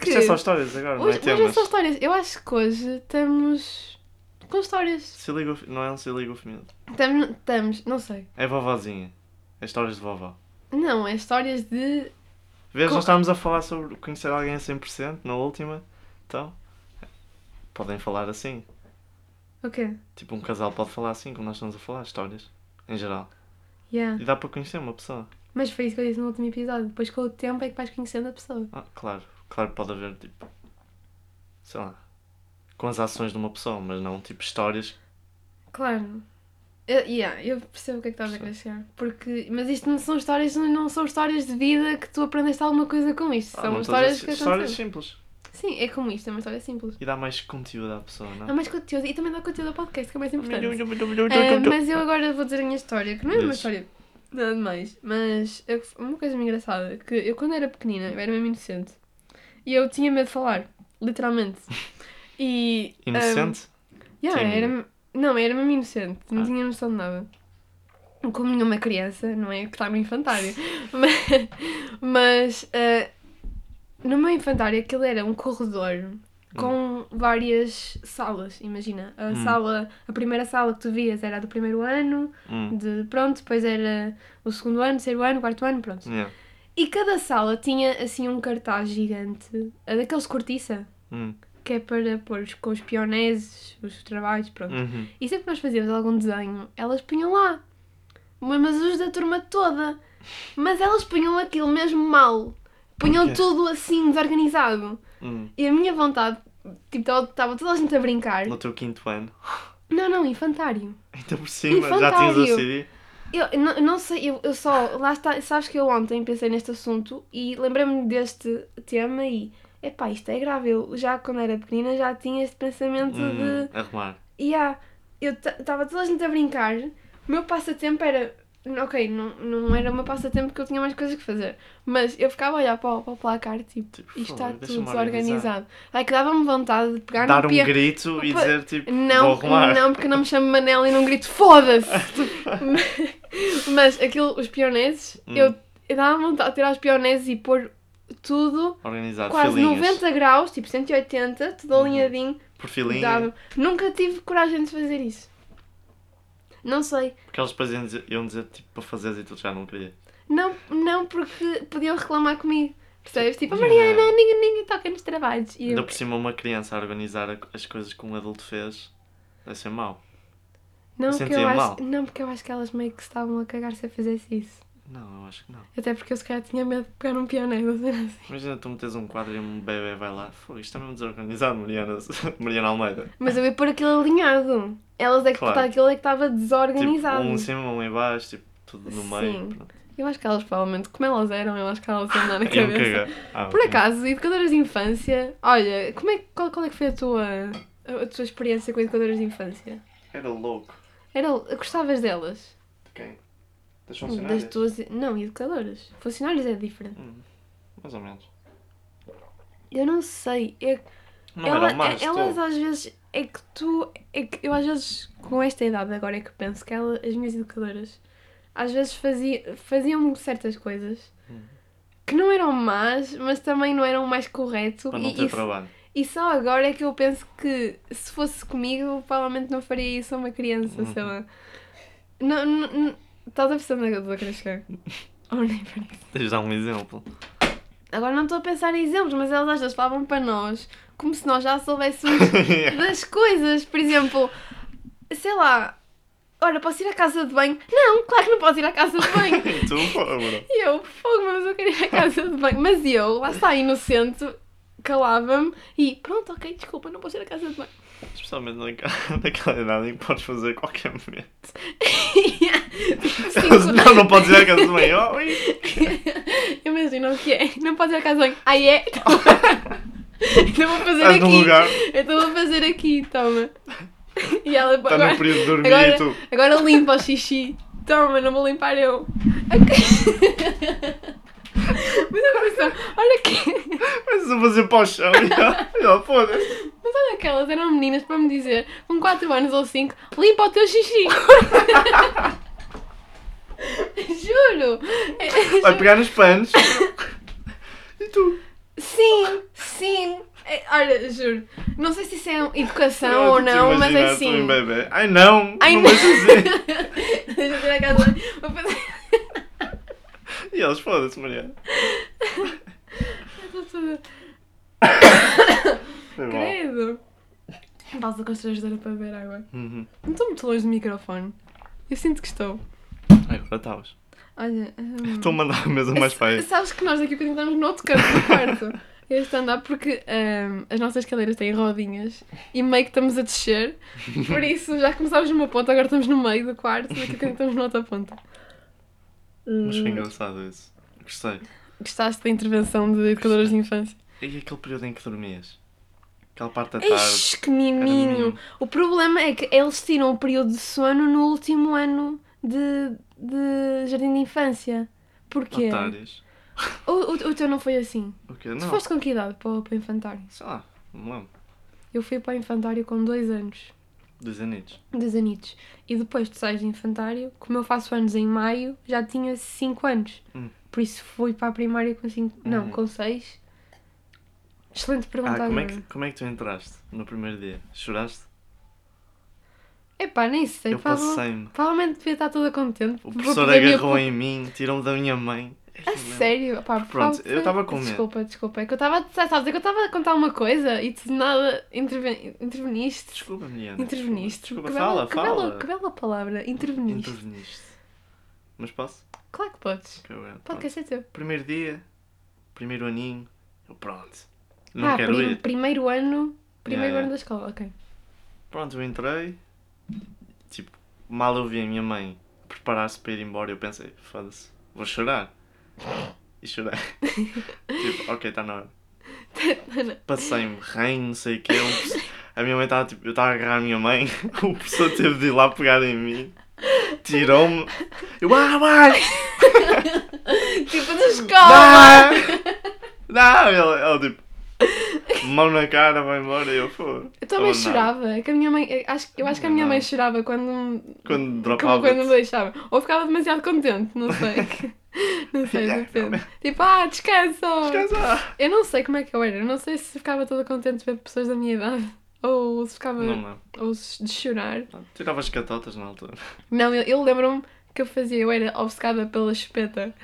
Speaker 1: Isto é só histórias agora, não é
Speaker 2: hoje, hoje é
Speaker 1: temas.
Speaker 2: só histórias. Eu acho que hoje estamos com histórias.
Speaker 1: Se liga, o fi- não é um se liga o filme.
Speaker 2: Estamos, estamos, não sei.
Speaker 1: É vovozinha. É histórias de vovó.
Speaker 2: Não, é histórias de.
Speaker 1: Vês,
Speaker 2: Com-
Speaker 1: nós estávamos a falar sobre conhecer alguém a 100% na última. Então, podem falar assim.
Speaker 2: O quê?
Speaker 1: Tipo, um casal pode falar assim, como nós estamos a falar, histórias, em geral.
Speaker 2: Yeah.
Speaker 1: E dá para conhecer uma pessoa.
Speaker 2: Mas foi isso que eu disse no último episódio. Depois com o tempo é que vais conhecendo a pessoa.
Speaker 1: Ah, claro, claro, pode haver, tipo, sei lá, com as ações de uma pessoa, mas não, tipo, histórias.
Speaker 2: Claro. Eu, yeah, eu percebo o que é que estás a querer chegar. Porque, mas isto não são histórias, não são histórias de vida que tu aprendeste alguma coisa com isto.
Speaker 1: Ah,
Speaker 2: são
Speaker 1: não estou a dizer-
Speaker 2: histórias que
Speaker 1: histórias
Speaker 2: aconteceram.
Speaker 1: simples.
Speaker 2: Sim, é como isto, é uma história simples.
Speaker 1: E dá mais conteúdo à pessoa, não? é?
Speaker 2: Há É mais conteúdo e também dá conteúdo ao podcast, que é
Speaker 1: Um
Speaker 2: mais importante. Ah,
Speaker 1: Ah,
Speaker 2: mas eu agora vou dizer a minha história, que não é uma
Speaker 1: Diz.
Speaker 2: história nada demais, mas é uma coisa muito engraçada, que eu quando era pequenina, eu era mesmo inocente, e eu tinha medo de falar, literalmente. E, ah,
Speaker 1: Inocente?
Speaker 2: Yeah,
Speaker 1: Tímida.
Speaker 2: era, não, era mesmo inocente, não
Speaker 1: Ah.
Speaker 2: tinha noção de nada. Como nenhuma criança, não é? Que está no infantário. mas mas ah, no meu infantário aquilo era um corredor com várias salas, imagina. A
Speaker 1: Hum.
Speaker 2: sala, a primeira sala que tu vias era a do primeiro ano,
Speaker 1: Hum.
Speaker 2: de pronto, depois era o segundo ano, terceiro ano, quarto ano, pronto.
Speaker 1: Yeah.
Speaker 2: E cada sala tinha assim um cartaz gigante, ah, daqueles de cortiça,
Speaker 1: Hum.
Speaker 2: que é para pôr os- com os pioneses, os trabalhos, pronto.
Speaker 1: Uhum.
Speaker 2: E sempre que nós fazíamos algum desenho, elas punham lá. Mas mas os da turma toda. Mas elas punham aquilo mesmo mal. Punham
Speaker 1: Ok.
Speaker 2: tudo assim, desorganizado.
Speaker 1: Hum.
Speaker 2: E a minha vontade, tipo, estava toda a gente a brincar.
Speaker 1: No teu quinto ano.
Speaker 2: Não, não, infantário.
Speaker 1: Ainda por cima, já tinhas o
Speaker 2: Infantário.
Speaker 1: CD.
Speaker 2: Eu eu não, eu não sei, eu, eu só. Lá está, sabes que eu ontem pensei neste assunto e lembrei-me deste tema e. Epá, isto é grave. Eu já quando era pequenina já tinha este pensamento de.
Speaker 1: Hum, arrumar.
Speaker 2: E ah, eu estava toda a gente a brincar, o meu passatempo era Ok, não, não era uma passatempo porque eu tinha mais coisas que fazer. Mas eu ficava a olhar para o, para o placar, tipo,
Speaker 1: Tipo,
Speaker 2: isto está
Speaker 1: fogo,
Speaker 2: tudo
Speaker 1: deixa-me
Speaker 2: desorganizado. Ai, que dava-me vontade de pegar
Speaker 1: Dar
Speaker 2: no
Speaker 1: um
Speaker 2: pia-
Speaker 1: grito e
Speaker 2: Opa,
Speaker 1: dizer tipo, vou
Speaker 2: Não,
Speaker 1: arrumar.
Speaker 2: não, porque não me chamo Manel e não grito foda-se! Mas aquilo, os pioneses,
Speaker 1: Hum.
Speaker 2: eu, eu dava vontade de tirar os pioneses e pôr tudo
Speaker 1: Organizar
Speaker 2: quase
Speaker 1: filinhas.
Speaker 2: 90 graus, tipo 180, tudo
Speaker 1: Uhum.
Speaker 2: alinhadinho.
Speaker 1: Por filinha.
Speaker 2: Dava- Nunca tive coragem de fazer isso. Não sei.
Speaker 1: Porque eles depois iam dizer, iam dizer, tipo para fazeres e tu já não queria.
Speaker 2: Não, não porque podiam reclamar comigo. Percebes? Tipo, a
Speaker 1: Yeah.
Speaker 2: Mariana, ninguém, ninguém toca nos trabalhos. E eu,
Speaker 1: Ainda por cima uma criança a organizar a- as coisas que um adulto fez. Deve ser mau.
Speaker 2: não,
Speaker 1: eu
Speaker 2: porque eu
Speaker 1: sentia
Speaker 2: acho,
Speaker 1: mal.
Speaker 2: não, porque eu acho que elas meio que se estavam a cagar se eu fizesse isso.
Speaker 1: Não, eu acho que não.
Speaker 2: Até porque eu se calhar tinha medo de pegar um pioneiro, não sei assim.
Speaker 1: Imagina tu metes um quadro e um bebê vai lá. Fogo, isto é mesmo desorganizado, Mariana, Mariana Almeida. Tipo,
Speaker 2: Mas eu ia pôr aquilo alinhado. Elas é que
Speaker 1: Claro.
Speaker 2: tá- aquilo é que estava
Speaker 1: Tipo,
Speaker 2: desorganizado.
Speaker 1: um em cima, um em baixo, tipo, tudo no meio.
Speaker 2: Sim.
Speaker 1: Pronto.
Speaker 2: Eu acho que elas provavelmente, como elas eram, eu acho que elas iam dar na
Speaker 1: E um
Speaker 2: cabeça.
Speaker 1: cagar. Ah,
Speaker 2: Por
Speaker 1: ok.
Speaker 2: acaso, educadoras de infância, olha, como é, que- qual, qual é que foi a tua, a a tua experiência com educadoras de infância?
Speaker 1: Era louco.
Speaker 2: Era, gostavas delas?
Speaker 1: De quem? Das
Speaker 2: Das tuas. Não, educadoras. Funcionários é diferente.
Speaker 1: Hum, mais ou menos.
Speaker 2: Eu não sei. é-
Speaker 1: Não
Speaker 2: ela-
Speaker 1: eram más,
Speaker 2: é- elas às vezes. É que tu. É que eu às vezes, com esta idade agora, é que penso que ela- as minhas educadoras às vezes fazia, faziam certas coisas
Speaker 1: Uhum.
Speaker 2: que não eram más, mas também não eram o mais correto.
Speaker 1: Para não
Speaker 2: e-
Speaker 1: ter
Speaker 2: e,
Speaker 1: trabalho.
Speaker 2: e só agora é que eu penso que se fosse comigo, provavelmente não faria isso a uma criança, sei lá. Não, não, não- estás a perceber onde é que eu estou a crescer? Ou nem para isso.
Speaker 1: Tens de dar um exemplo.
Speaker 2: Agora não estou a pensar em exemplos, mas elas às vezes falavam para nós como se nós já soubéssemos das coisas. Por exemplo, sei lá, olha, posso ir à casa de banho? Não, claro que não posso ir à casa de banho.
Speaker 1: tu, bro.
Speaker 2: E eu, fogo, mas eu queria ir à casa de banho. Mas eu, lá está, inocente, calava-me e pronto, ok, desculpa, não posso ir à casa de banho.
Speaker 1: Especialmente naquela, naquela idade em que podes fazer qualquer momento.
Speaker 2: Tipo, cinco-
Speaker 1: não, não podes ir à casa do maior. ui.
Speaker 2: Imagina o que é. Não pode ir à casa de banho. Ah, é? Então vou fazer
Speaker 1: Estás
Speaker 2: aqui.
Speaker 1: num lugar,
Speaker 2: Então vou fazer aqui, toma. E ela
Speaker 1: está
Speaker 2: agora,
Speaker 1: Tá no período de dormir
Speaker 2: agora-
Speaker 1: e tu.
Speaker 2: agora limpa o xixi. Toma, não vou limpar eu. Ok. Mas a pessoa, olha que.
Speaker 1: Mas eu vou fazer para o chão. e ela, foda-se.
Speaker 2: Mas olha que elas eram meninas para me dizer, com 4 anos ou 5, limpa o teu xixi. Juro. É, juro.
Speaker 1: Vai pegar nos panos. E tu?
Speaker 2: Sim, sim. É, Olha, juro. Não sei se isso é educação ou
Speaker 1: Eu te
Speaker 2: não, mas é
Speaker 1: imaginar "Ah, tu em
Speaker 2: assim.
Speaker 1: bebê. Ai não,
Speaker 2: Ai,
Speaker 1: não
Speaker 2: não.
Speaker 1: vais fazer.
Speaker 2: Deixa eu tirar a casa. Vou fazer.
Speaker 1: E eles, foda-se, Mariana.
Speaker 2: Estou toda-
Speaker 1: Foi bom.
Speaker 2: Credo. Pausa constrangedora para beber água.
Speaker 1: Uhum.
Speaker 2: Não estou muito longe do microfone. Eu sinto que estou.
Speaker 1: Ai, Agora estavas.
Speaker 2: Uhum. Olha. hum.
Speaker 1: Estou a mandar a mesa mais para aí.
Speaker 2: Sabes que nós daqui a pouquinho estamos no outro canto do quarto. Este andar porque hum, as nossas cadeiras têm rodinhas e meio que estamos a descer. Por isso, já começámos numa ponta, agora estamos no meio do quarto, daqui a pouquinho estamos na outra ponta.
Speaker 1: Mas foi engraçado isso. Gostei.
Speaker 2: Gostaste da intervenção de educadores de infância?
Speaker 1: E aquele período em que dormias? Aquela parte da tarde.
Speaker 2: Ixi, que miminho!
Speaker 1: mimo.
Speaker 2: O problema é que eles tiram o período de sono no último ano de, de jardim de infância. Porquê?
Speaker 1: Otários.
Speaker 2: O, o, o teu não foi assim.
Speaker 1: O quê?
Speaker 2: Tu
Speaker 1: Não.
Speaker 2: foste com que idade para, o- para o infantário?
Speaker 1: Sei lá, não me lembro.
Speaker 2: Eu fui para o infantário com dois anos,
Speaker 1: Dois anitos.
Speaker 2: dois anitos. E depois tu sais de infantário, como eu faço anos em maio, já tinha cinco anos.
Speaker 1: Hum.
Speaker 2: Por isso fui para a primária com cinco. Não,
Speaker 1: Uhum.
Speaker 2: com seis. Excelente pergunta
Speaker 1: Ah, como é,
Speaker 2: agora.
Speaker 1: que, como é que tu entraste no primeiro dia? Choraste?
Speaker 2: Epá, nem sei.
Speaker 1: Eu
Speaker 2: Pablo.
Speaker 1: passei-me.
Speaker 2: Provavelmente devia estar toda contente.
Speaker 1: O
Speaker 2: Vou
Speaker 1: professor
Speaker 2: pedir a minha
Speaker 1: agarrou
Speaker 2: cu-
Speaker 1: em mim, tirou-me da minha mãe. É que
Speaker 2: A
Speaker 1: eu lembro.
Speaker 2: sério? Pá, por
Speaker 1: Pronto,
Speaker 2: favor.
Speaker 1: eu estava com medo.
Speaker 2: Desculpa, desculpa. É que eu estava. Sabes, é que eu estava a contar uma coisa e de nada interve- interveniste.
Speaker 1: Desculpa, Mariana.
Speaker 2: Interveniste. que
Speaker 1: Desculpa, Desculpa, fala,
Speaker 2: que é
Speaker 1: fala.
Speaker 2: Bela, que é bela palavra. Interveniste.
Speaker 1: Interveniste. Mas posso?
Speaker 2: Claro que podes.
Speaker 1: Que eu era- pronto.
Speaker 2: Podcast é teu.
Speaker 1: Primeiro dia, primeiro aninho, eu pronto. Não
Speaker 2: ah,
Speaker 1: quero
Speaker 2: prim-
Speaker 1: ir.
Speaker 2: primeiro ano. Primeiro
Speaker 1: Yeah,
Speaker 2: ano
Speaker 1: yeah.
Speaker 2: da escola, ok.
Speaker 1: Pronto, eu entrei. Tipo, mal eu vi a minha mãe preparar-se para ir embora, eu pensei, foda-se, vou chorar. E chorei. tipo, ok, está na hora. Passei-me, reino, não sei o quê. um profe- A minha mãe estava tipo, eu estava a agarrar a minha mãe, o professor teve de ir lá pegar em mim. Tirou-me. Eu, ah, vai!
Speaker 2: tipo da
Speaker 1: Não!
Speaker 2: escola.
Speaker 1: Não! Ele, ele tipo. Mão na cara, vai embora e eu fui.
Speaker 2: Eu também chorava. é Que a minha mãe, eu acho, eu acho que a minha
Speaker 1: Oh, Não.
Speaker 2: mãe chorava quando,
Speaker 1: Quando
Speaker 2: como
Speaker 1: dropava. tipo,
Speaker 2: quando me deixava. Ou ficava demasiado contente, não sei. não sei,
Speaker 1: Yeah,
Speaker 2: depende. Tipo, ah, descansa!
Speaker 1: Descansar.
Speaker 2: Eu não sei como é que eu era. Eu não sei se ficava toda contente de ver pessoas da minha idade. Ou se ficava.
Speaker 1: Não, é. não.
Speaker 2: Ou se de chorar.
Speaker 1: Tirava as catotas na altura.
Speaker 2: Não, eu, eu lembro-me que eu fazia. Eu era obcecada pela chupeta.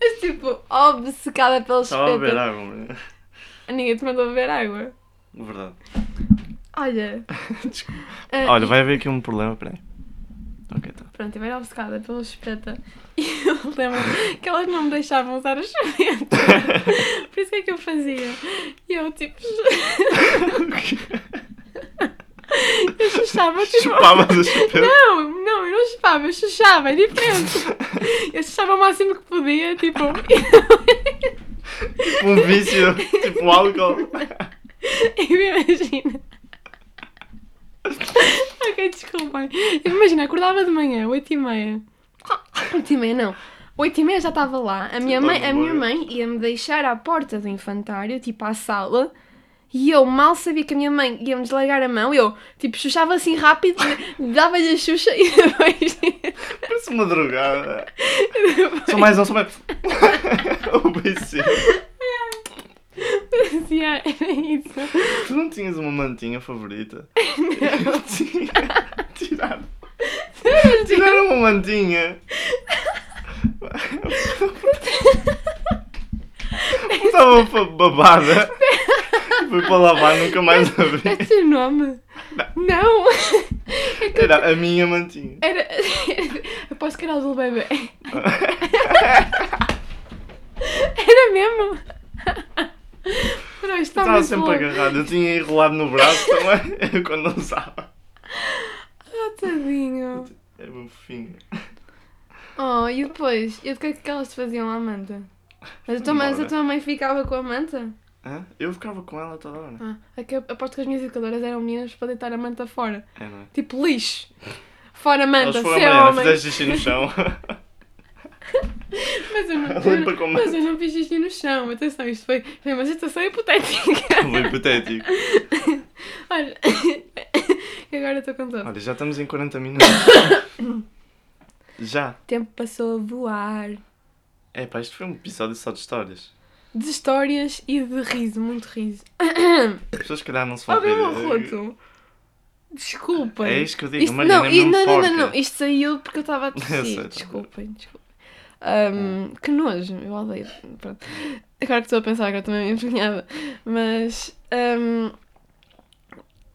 Speaker 2: Mas tipo, obcecada pela
Speaker 1: Estava a beber
Speaker 2: chupeta.
Speaker 1: água, mano.
Speaker 2: Ninguém te mandou beber água.
Speaker 1: Verdade.
Speaker 2: Olha.
Speaker 1: Desculpa.
Speaker 2: ah,
Speaker 1: Olha,
Speaker 2: e-
Speaker 1: vai haver aqui um problema, peraí. Ok, tá.
Speaker 2: Pronto, eu era obcecada pela chupeta. E eu lembro que elas não me deixavam usar a chupeta. Por isso é que eu fazia. E eu, tipo. Eu chuchava, tipo.
Speaker 1: Chupavas a chupeta?
Speaker 2: Não, não, eu não chupava, eu chuchava, é diferente. Eu chuchava o máximo que podia, tipo.
Speaker 1: Um vício, tipo álcool.
Speaker 2: Eu imagino. ok, desculpem. Imagina, acordava de manhã, 8h30. 8h30 não. 8h30 já estava lá. A minha,
Speaker 1: Sim,
Speaker 2: mãe, a minha
Speaker 1: olha.
Speaker 2: mãe ia-me deixar à porta do infantário, tipo à sala. E eu mal sabia que a minha mãe ia-me desligar a mão. E eu, tipo, chuchava assim rápido, dava-lhe a xuxa e depois.
Speaker 1: Parece uma drogada. Só mais um, só mais. O vício.
Speaker 2: Fazia- era isso.
Speaker 1: Tu não tinhas uma mantinha favorita? Eu tinha. Tiraram. Tiraram uma mantinha. Estava pa- babada. Fui para lavar, nunca mais a
Speaker 2: É
Speaker 1: vi.
Speaker 2: teu nome? Não! É que eu-
Speaker 1: Era a minha mantinha.
Speaker 2: Era. Aposto que era azul bebê. Era mesmo? Peraí, está
Speaker 1: Estava
Speaker 2: muito
Speaker 1: sempre
Speaker 2: bom.
Speaker 1: agarrado. Eu tinha enrolado no braço também. Eu quando usava.
Speaker 2: Ah, tadinho.
Speaker 1: É meu fofinho.
Speaker 2: Oh, e depois? E o que é que elas te faziam à manta? Mas a, tua, mas a
Speaker 1: Embora.
Speaker 2: tua mãe ficava com a manta?
Speaker 1: Hã? Eu ficava com ela toda hora.
Speaker 2: Ah, é que eu aposto que as minhas educadoras eram meninas para deitar a manta fora.
Speaker 1: É, não é?
Speaker 2: Tipo lixo. Fora
Speaker 1: Elas
Speaker 2: manta,
Speaker 1: foram
Speaker 2: seu
Speaker 1: amanhã,
Speaker 2: é homem.
Speaker 1: fizeste xixi no chão.
Speaker 2: Mas eu não,
Speaker 1: Limpa
Speaker 2: eu,
Speaker 1: com
Speaker 2: não-
Speaker 1: manta.
Speaker 2: mas eu não fiz xixi no chão. Atenção, isto foi, foi uma situação hipotética.
Speaker 1: Foi hipotético.
Speaker 2: Olha, agora estou com todo.
Speaker 1: Olha, já estamos em 40 minutos. já.
Speaker 2: O tempo passou a voar.
Speaker 1: É pá, isto foi um episódio só de histórias.
Speaker 2: De histórias e de riso, muito riso.
Speaker 1: As pessoas, se calhar, não se vão
Speaker 2: Alguém
Speaker 1: rir.
Speaker 2: um roto. Desculpem.
Speaker 1: É isto que eu digo,
Speaker 2: Isto-
Speaker 1: Mariana
Speaker 2: não, e-
Speaker 1: é mesmo
Speaker 2: não, não,
Speaker 1: porca.
Speaker 2: não, não, isto saiu porque eu estava a
Speaker 1: Eu sei,
Speaker 2: tossir.
Speaker 1: tá.
Speaker 2: Desculpem, desculpem. Ahm,
Speaker 1: É.
Speaker 2: que nojo, eu odeio. Pronto. Agora que estou a pensar, agora também empenhada. Mas ahm,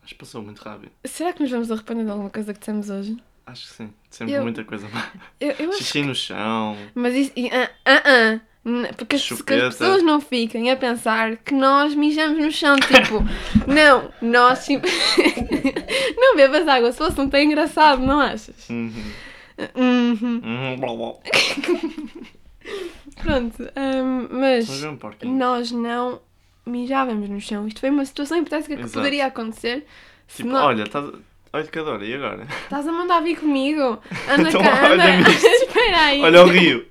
Speaker 1: Mas passou muito rápido.
Speaker 2: será que nos vamos arrepender de alguma coisa que dissemos hoje?
Speaker 1: Acho que sim. Sempre
Speaker 2: Eu-
Speaker 1: muita coisa má.
Speaker 2: Eu, eu acho
Speaker 1: Xixi no chão.
Speaker 2: Mas isso. e, Ah, ah, ah. N- Porque se que
Speaker 1: Chupeta.
Speaker 2: as pessoas não fiquem a pensar que nós mijamos no chão, tipo, não, nós sim- não bebas água, se fosse não tem engraçado, não achas?
Speaker 1: Uhum.
Speaker 2: Uhum.
Speaker 1: Uhum, blá, blá.
Speaker 2: Pronto, hum,
Speaker 1: Mas é
Speaker 2: mas
Speaker 1: um porquinho.
Speaker 2: nós não mijávamos no chão. Isto foi uma situação hipotética que
Speaker 1: Exato.
Speaker 2: poderia acontecer. Se
Speaker 1: Tipo,
Speaker 2: não-
Speaker 1: olha, estás... Ó, educadora, e agora?
Speaker 2: Estás a mandar vir comigo? Ana
Speaker 1: Então,
Speaker 2: cá, Ana,
Speaker 1: olha-me isto.
Speaker 2: espera aí.
Speaker 1: Olha o rio.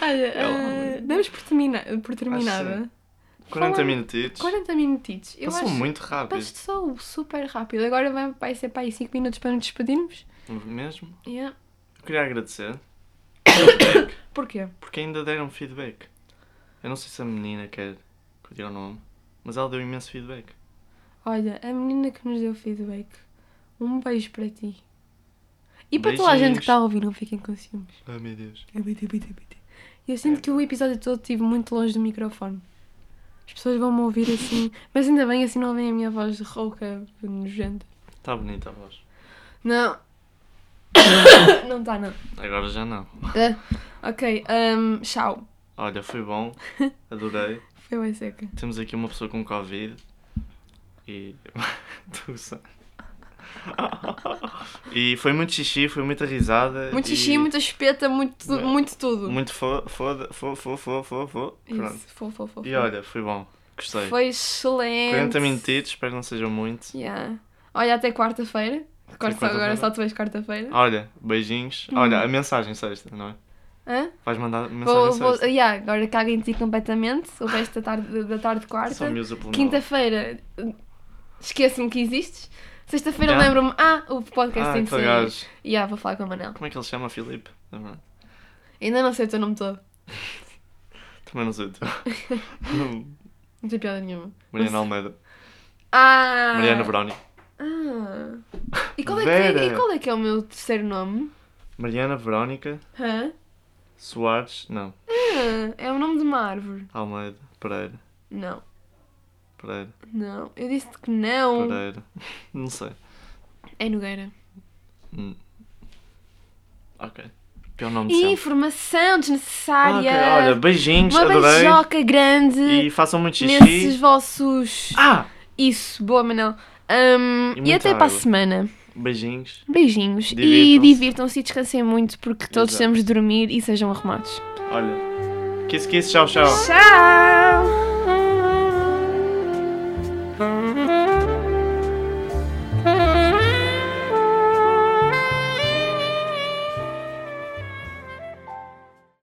Speaker 2: Olha,
Speaker 1: Ela-
Speaker 2: ah, damos por, termina... por
Speaker 1: Acho
Speaker 2: terminada.
Speaker 1: 40
Speaker 2: Falando-
Speaker 1: minutitos.
Speaker 2: 40 minutitos. Eu
Speaker 1: Passou
Speaker 2: acho
Speaker 1: muito rápido.
Speaker 2: Mas só super rápido. Agora vai, vai ser para aí 5 minutos para nos despedirmos.
Speaker 1: Mesmo?
Speaker 2: Yeah.
Speaker 1: Eu queria agradecer
Speaker 2: Porquê?
Speaker 1: porque ainda deram feedback. Eu não sei se a menina quer que eu diga o nome, mas ela deu imenso feedback.
Speaker 2: Olha, a menina que nos deu feedback. Um beijo para ti. E para toda a gente
Speaker 1: Beijinhos.
Speaker 2: que está a ouvir, não fiquem com ciúmes.
Speaker 1: Ai meu Deus.
Speaker 2: Eu sinto que o episódio todo estive muito longe do microfone. As pessoas vão me ouvir assim. Mas ainda bem, assim não ouvem a minha voz rouca, nojenta.
Speaker 1: Está Tá bonita a voz.
Speaker 2: Não. não está, não.
Speaker 1: Agora já não.
Speaker 2: Ah, ok, ahm, tchau.
Speaker 1: Olha, foi bom. Adorei.
Speaker 2: Foi bem seca.
Speaker 1: Temos aqui uma pessoa com Covid. E. Estou a gozar. e foi muito xixi, foi muita risada.
Speaker 2: Muito
Speaker 1: e
Speaker 2: xixi, muita espeta, muito,
Speaker 1: É.
Speaker 2: muito tudo.
Speaker 1: Muito fo- foda. Fo, fo, fo, fo, fo. Pronto.
Speaker 2: Isso, fofo, fofo.
Speaker 1: E olha, foi bom. Gostei.
Speaker 2: Foi excelente.
Speaker 1: 40 minutitos, espero que não sejam muito.
Speaker 2: Yeah. Olha, até quarta-feira. Corta só agora,
Speaker 1: quarta-feira. Ah,
Speaker 2: só tu vês quarta-feira.
Speaker 1: Olha, beijinhos. Olha, a mensagem sexta, não é?
Speaker 2: Hã?
Speaker 1: Vais mandar mensagem
Speaker 2: Uhum. Vou,
Speaker 1: sexta.
Speaker 2: vou, yeah, agora caga em ti completamente. O resto da tarde, da tarde de
Speaker 1: Só
Speaker 2: quarta.
Speaker 1: me usa pelo nome.
Speaker 2: Quinta-feira, eh, esqueço-me que existes. Sexta-feira
Speaker 1: Yeah.
Speaker 2: lembro-me, ah, o podcast
Speaker 1: Ah,
Speaker 2: tem que
Speaker 1: aquele
Speaker 2: sair.
Speaker 1: gajo.
Speaker 2: Yeah, ah, vou falar com o Manel.
Speaker 1: Como é que ele se chama? Filipe? Não é verdade?
Speaker 2: Ainda não sei o teu nome todo.
Speaker 1: Também não sei o teu.
Speaker 2: Não tem piada nenhuma.
Speaker 1: Mariana
Speaker 2: Não
Speaker 1: Almeida.
Speaker 2: Ah!
Speaker 1: Mariana Brownie.
Speaker 2: Ah. E qual, é que, e
Speaker 1: Vera.
Speaker 2: qual é que é o meu terceiro nome?
Speaker 1: Mariana Verónica
Speaker 2: Hã?
Speaker 1: Soares. Não.
Speaker 2: Ah, é o nome de uma árvore.
Speaker 1: Almeida. Pereira.
Speaker 2: Não,
Speaker 1: Pereira.
Speaker 2: não. Eu disse que não.
Speaker 1: Pereira. Não sei.
Speaker 2: É Nogueira.
Speaker 1: Hum. Ok. Pior nome de sempre.
Speaker 2: Informação
Speaker 1: Ah,
Speaker 2: desnecessária.
Speaker 1: ok. Olha, beijinhos.
Speaker 2: uma
Speaker 1: adorei.
Speaker 2: beijoca grande
Speaker 1: E façam muito
Speaker 2: nesses
Speaker 1: xixi.
Speaker 2: vossos.
Speaker 1: Ah!
Speaker 2: Isso, boa, Manel. Ahm,
Speaker 1: E
Speaker 2: e
Speaker 1: muita
Speaker 2: até para a
Speaker 1: água.
Speaker 2: semana.
Speaker 1: Beijinhos.
Speaker 2: Beijinhos. E
Speaker 1: Divirtam-se.
Speaker 2: divirtam-se e descansem muito porque todos
Speaker 1: Exato.
Speaker 2: temos de dormir e sejam arrumados.
Speaker 1: Olha. Kiss, kiss. Tchau, tchau.
Speaker 2: Tchau!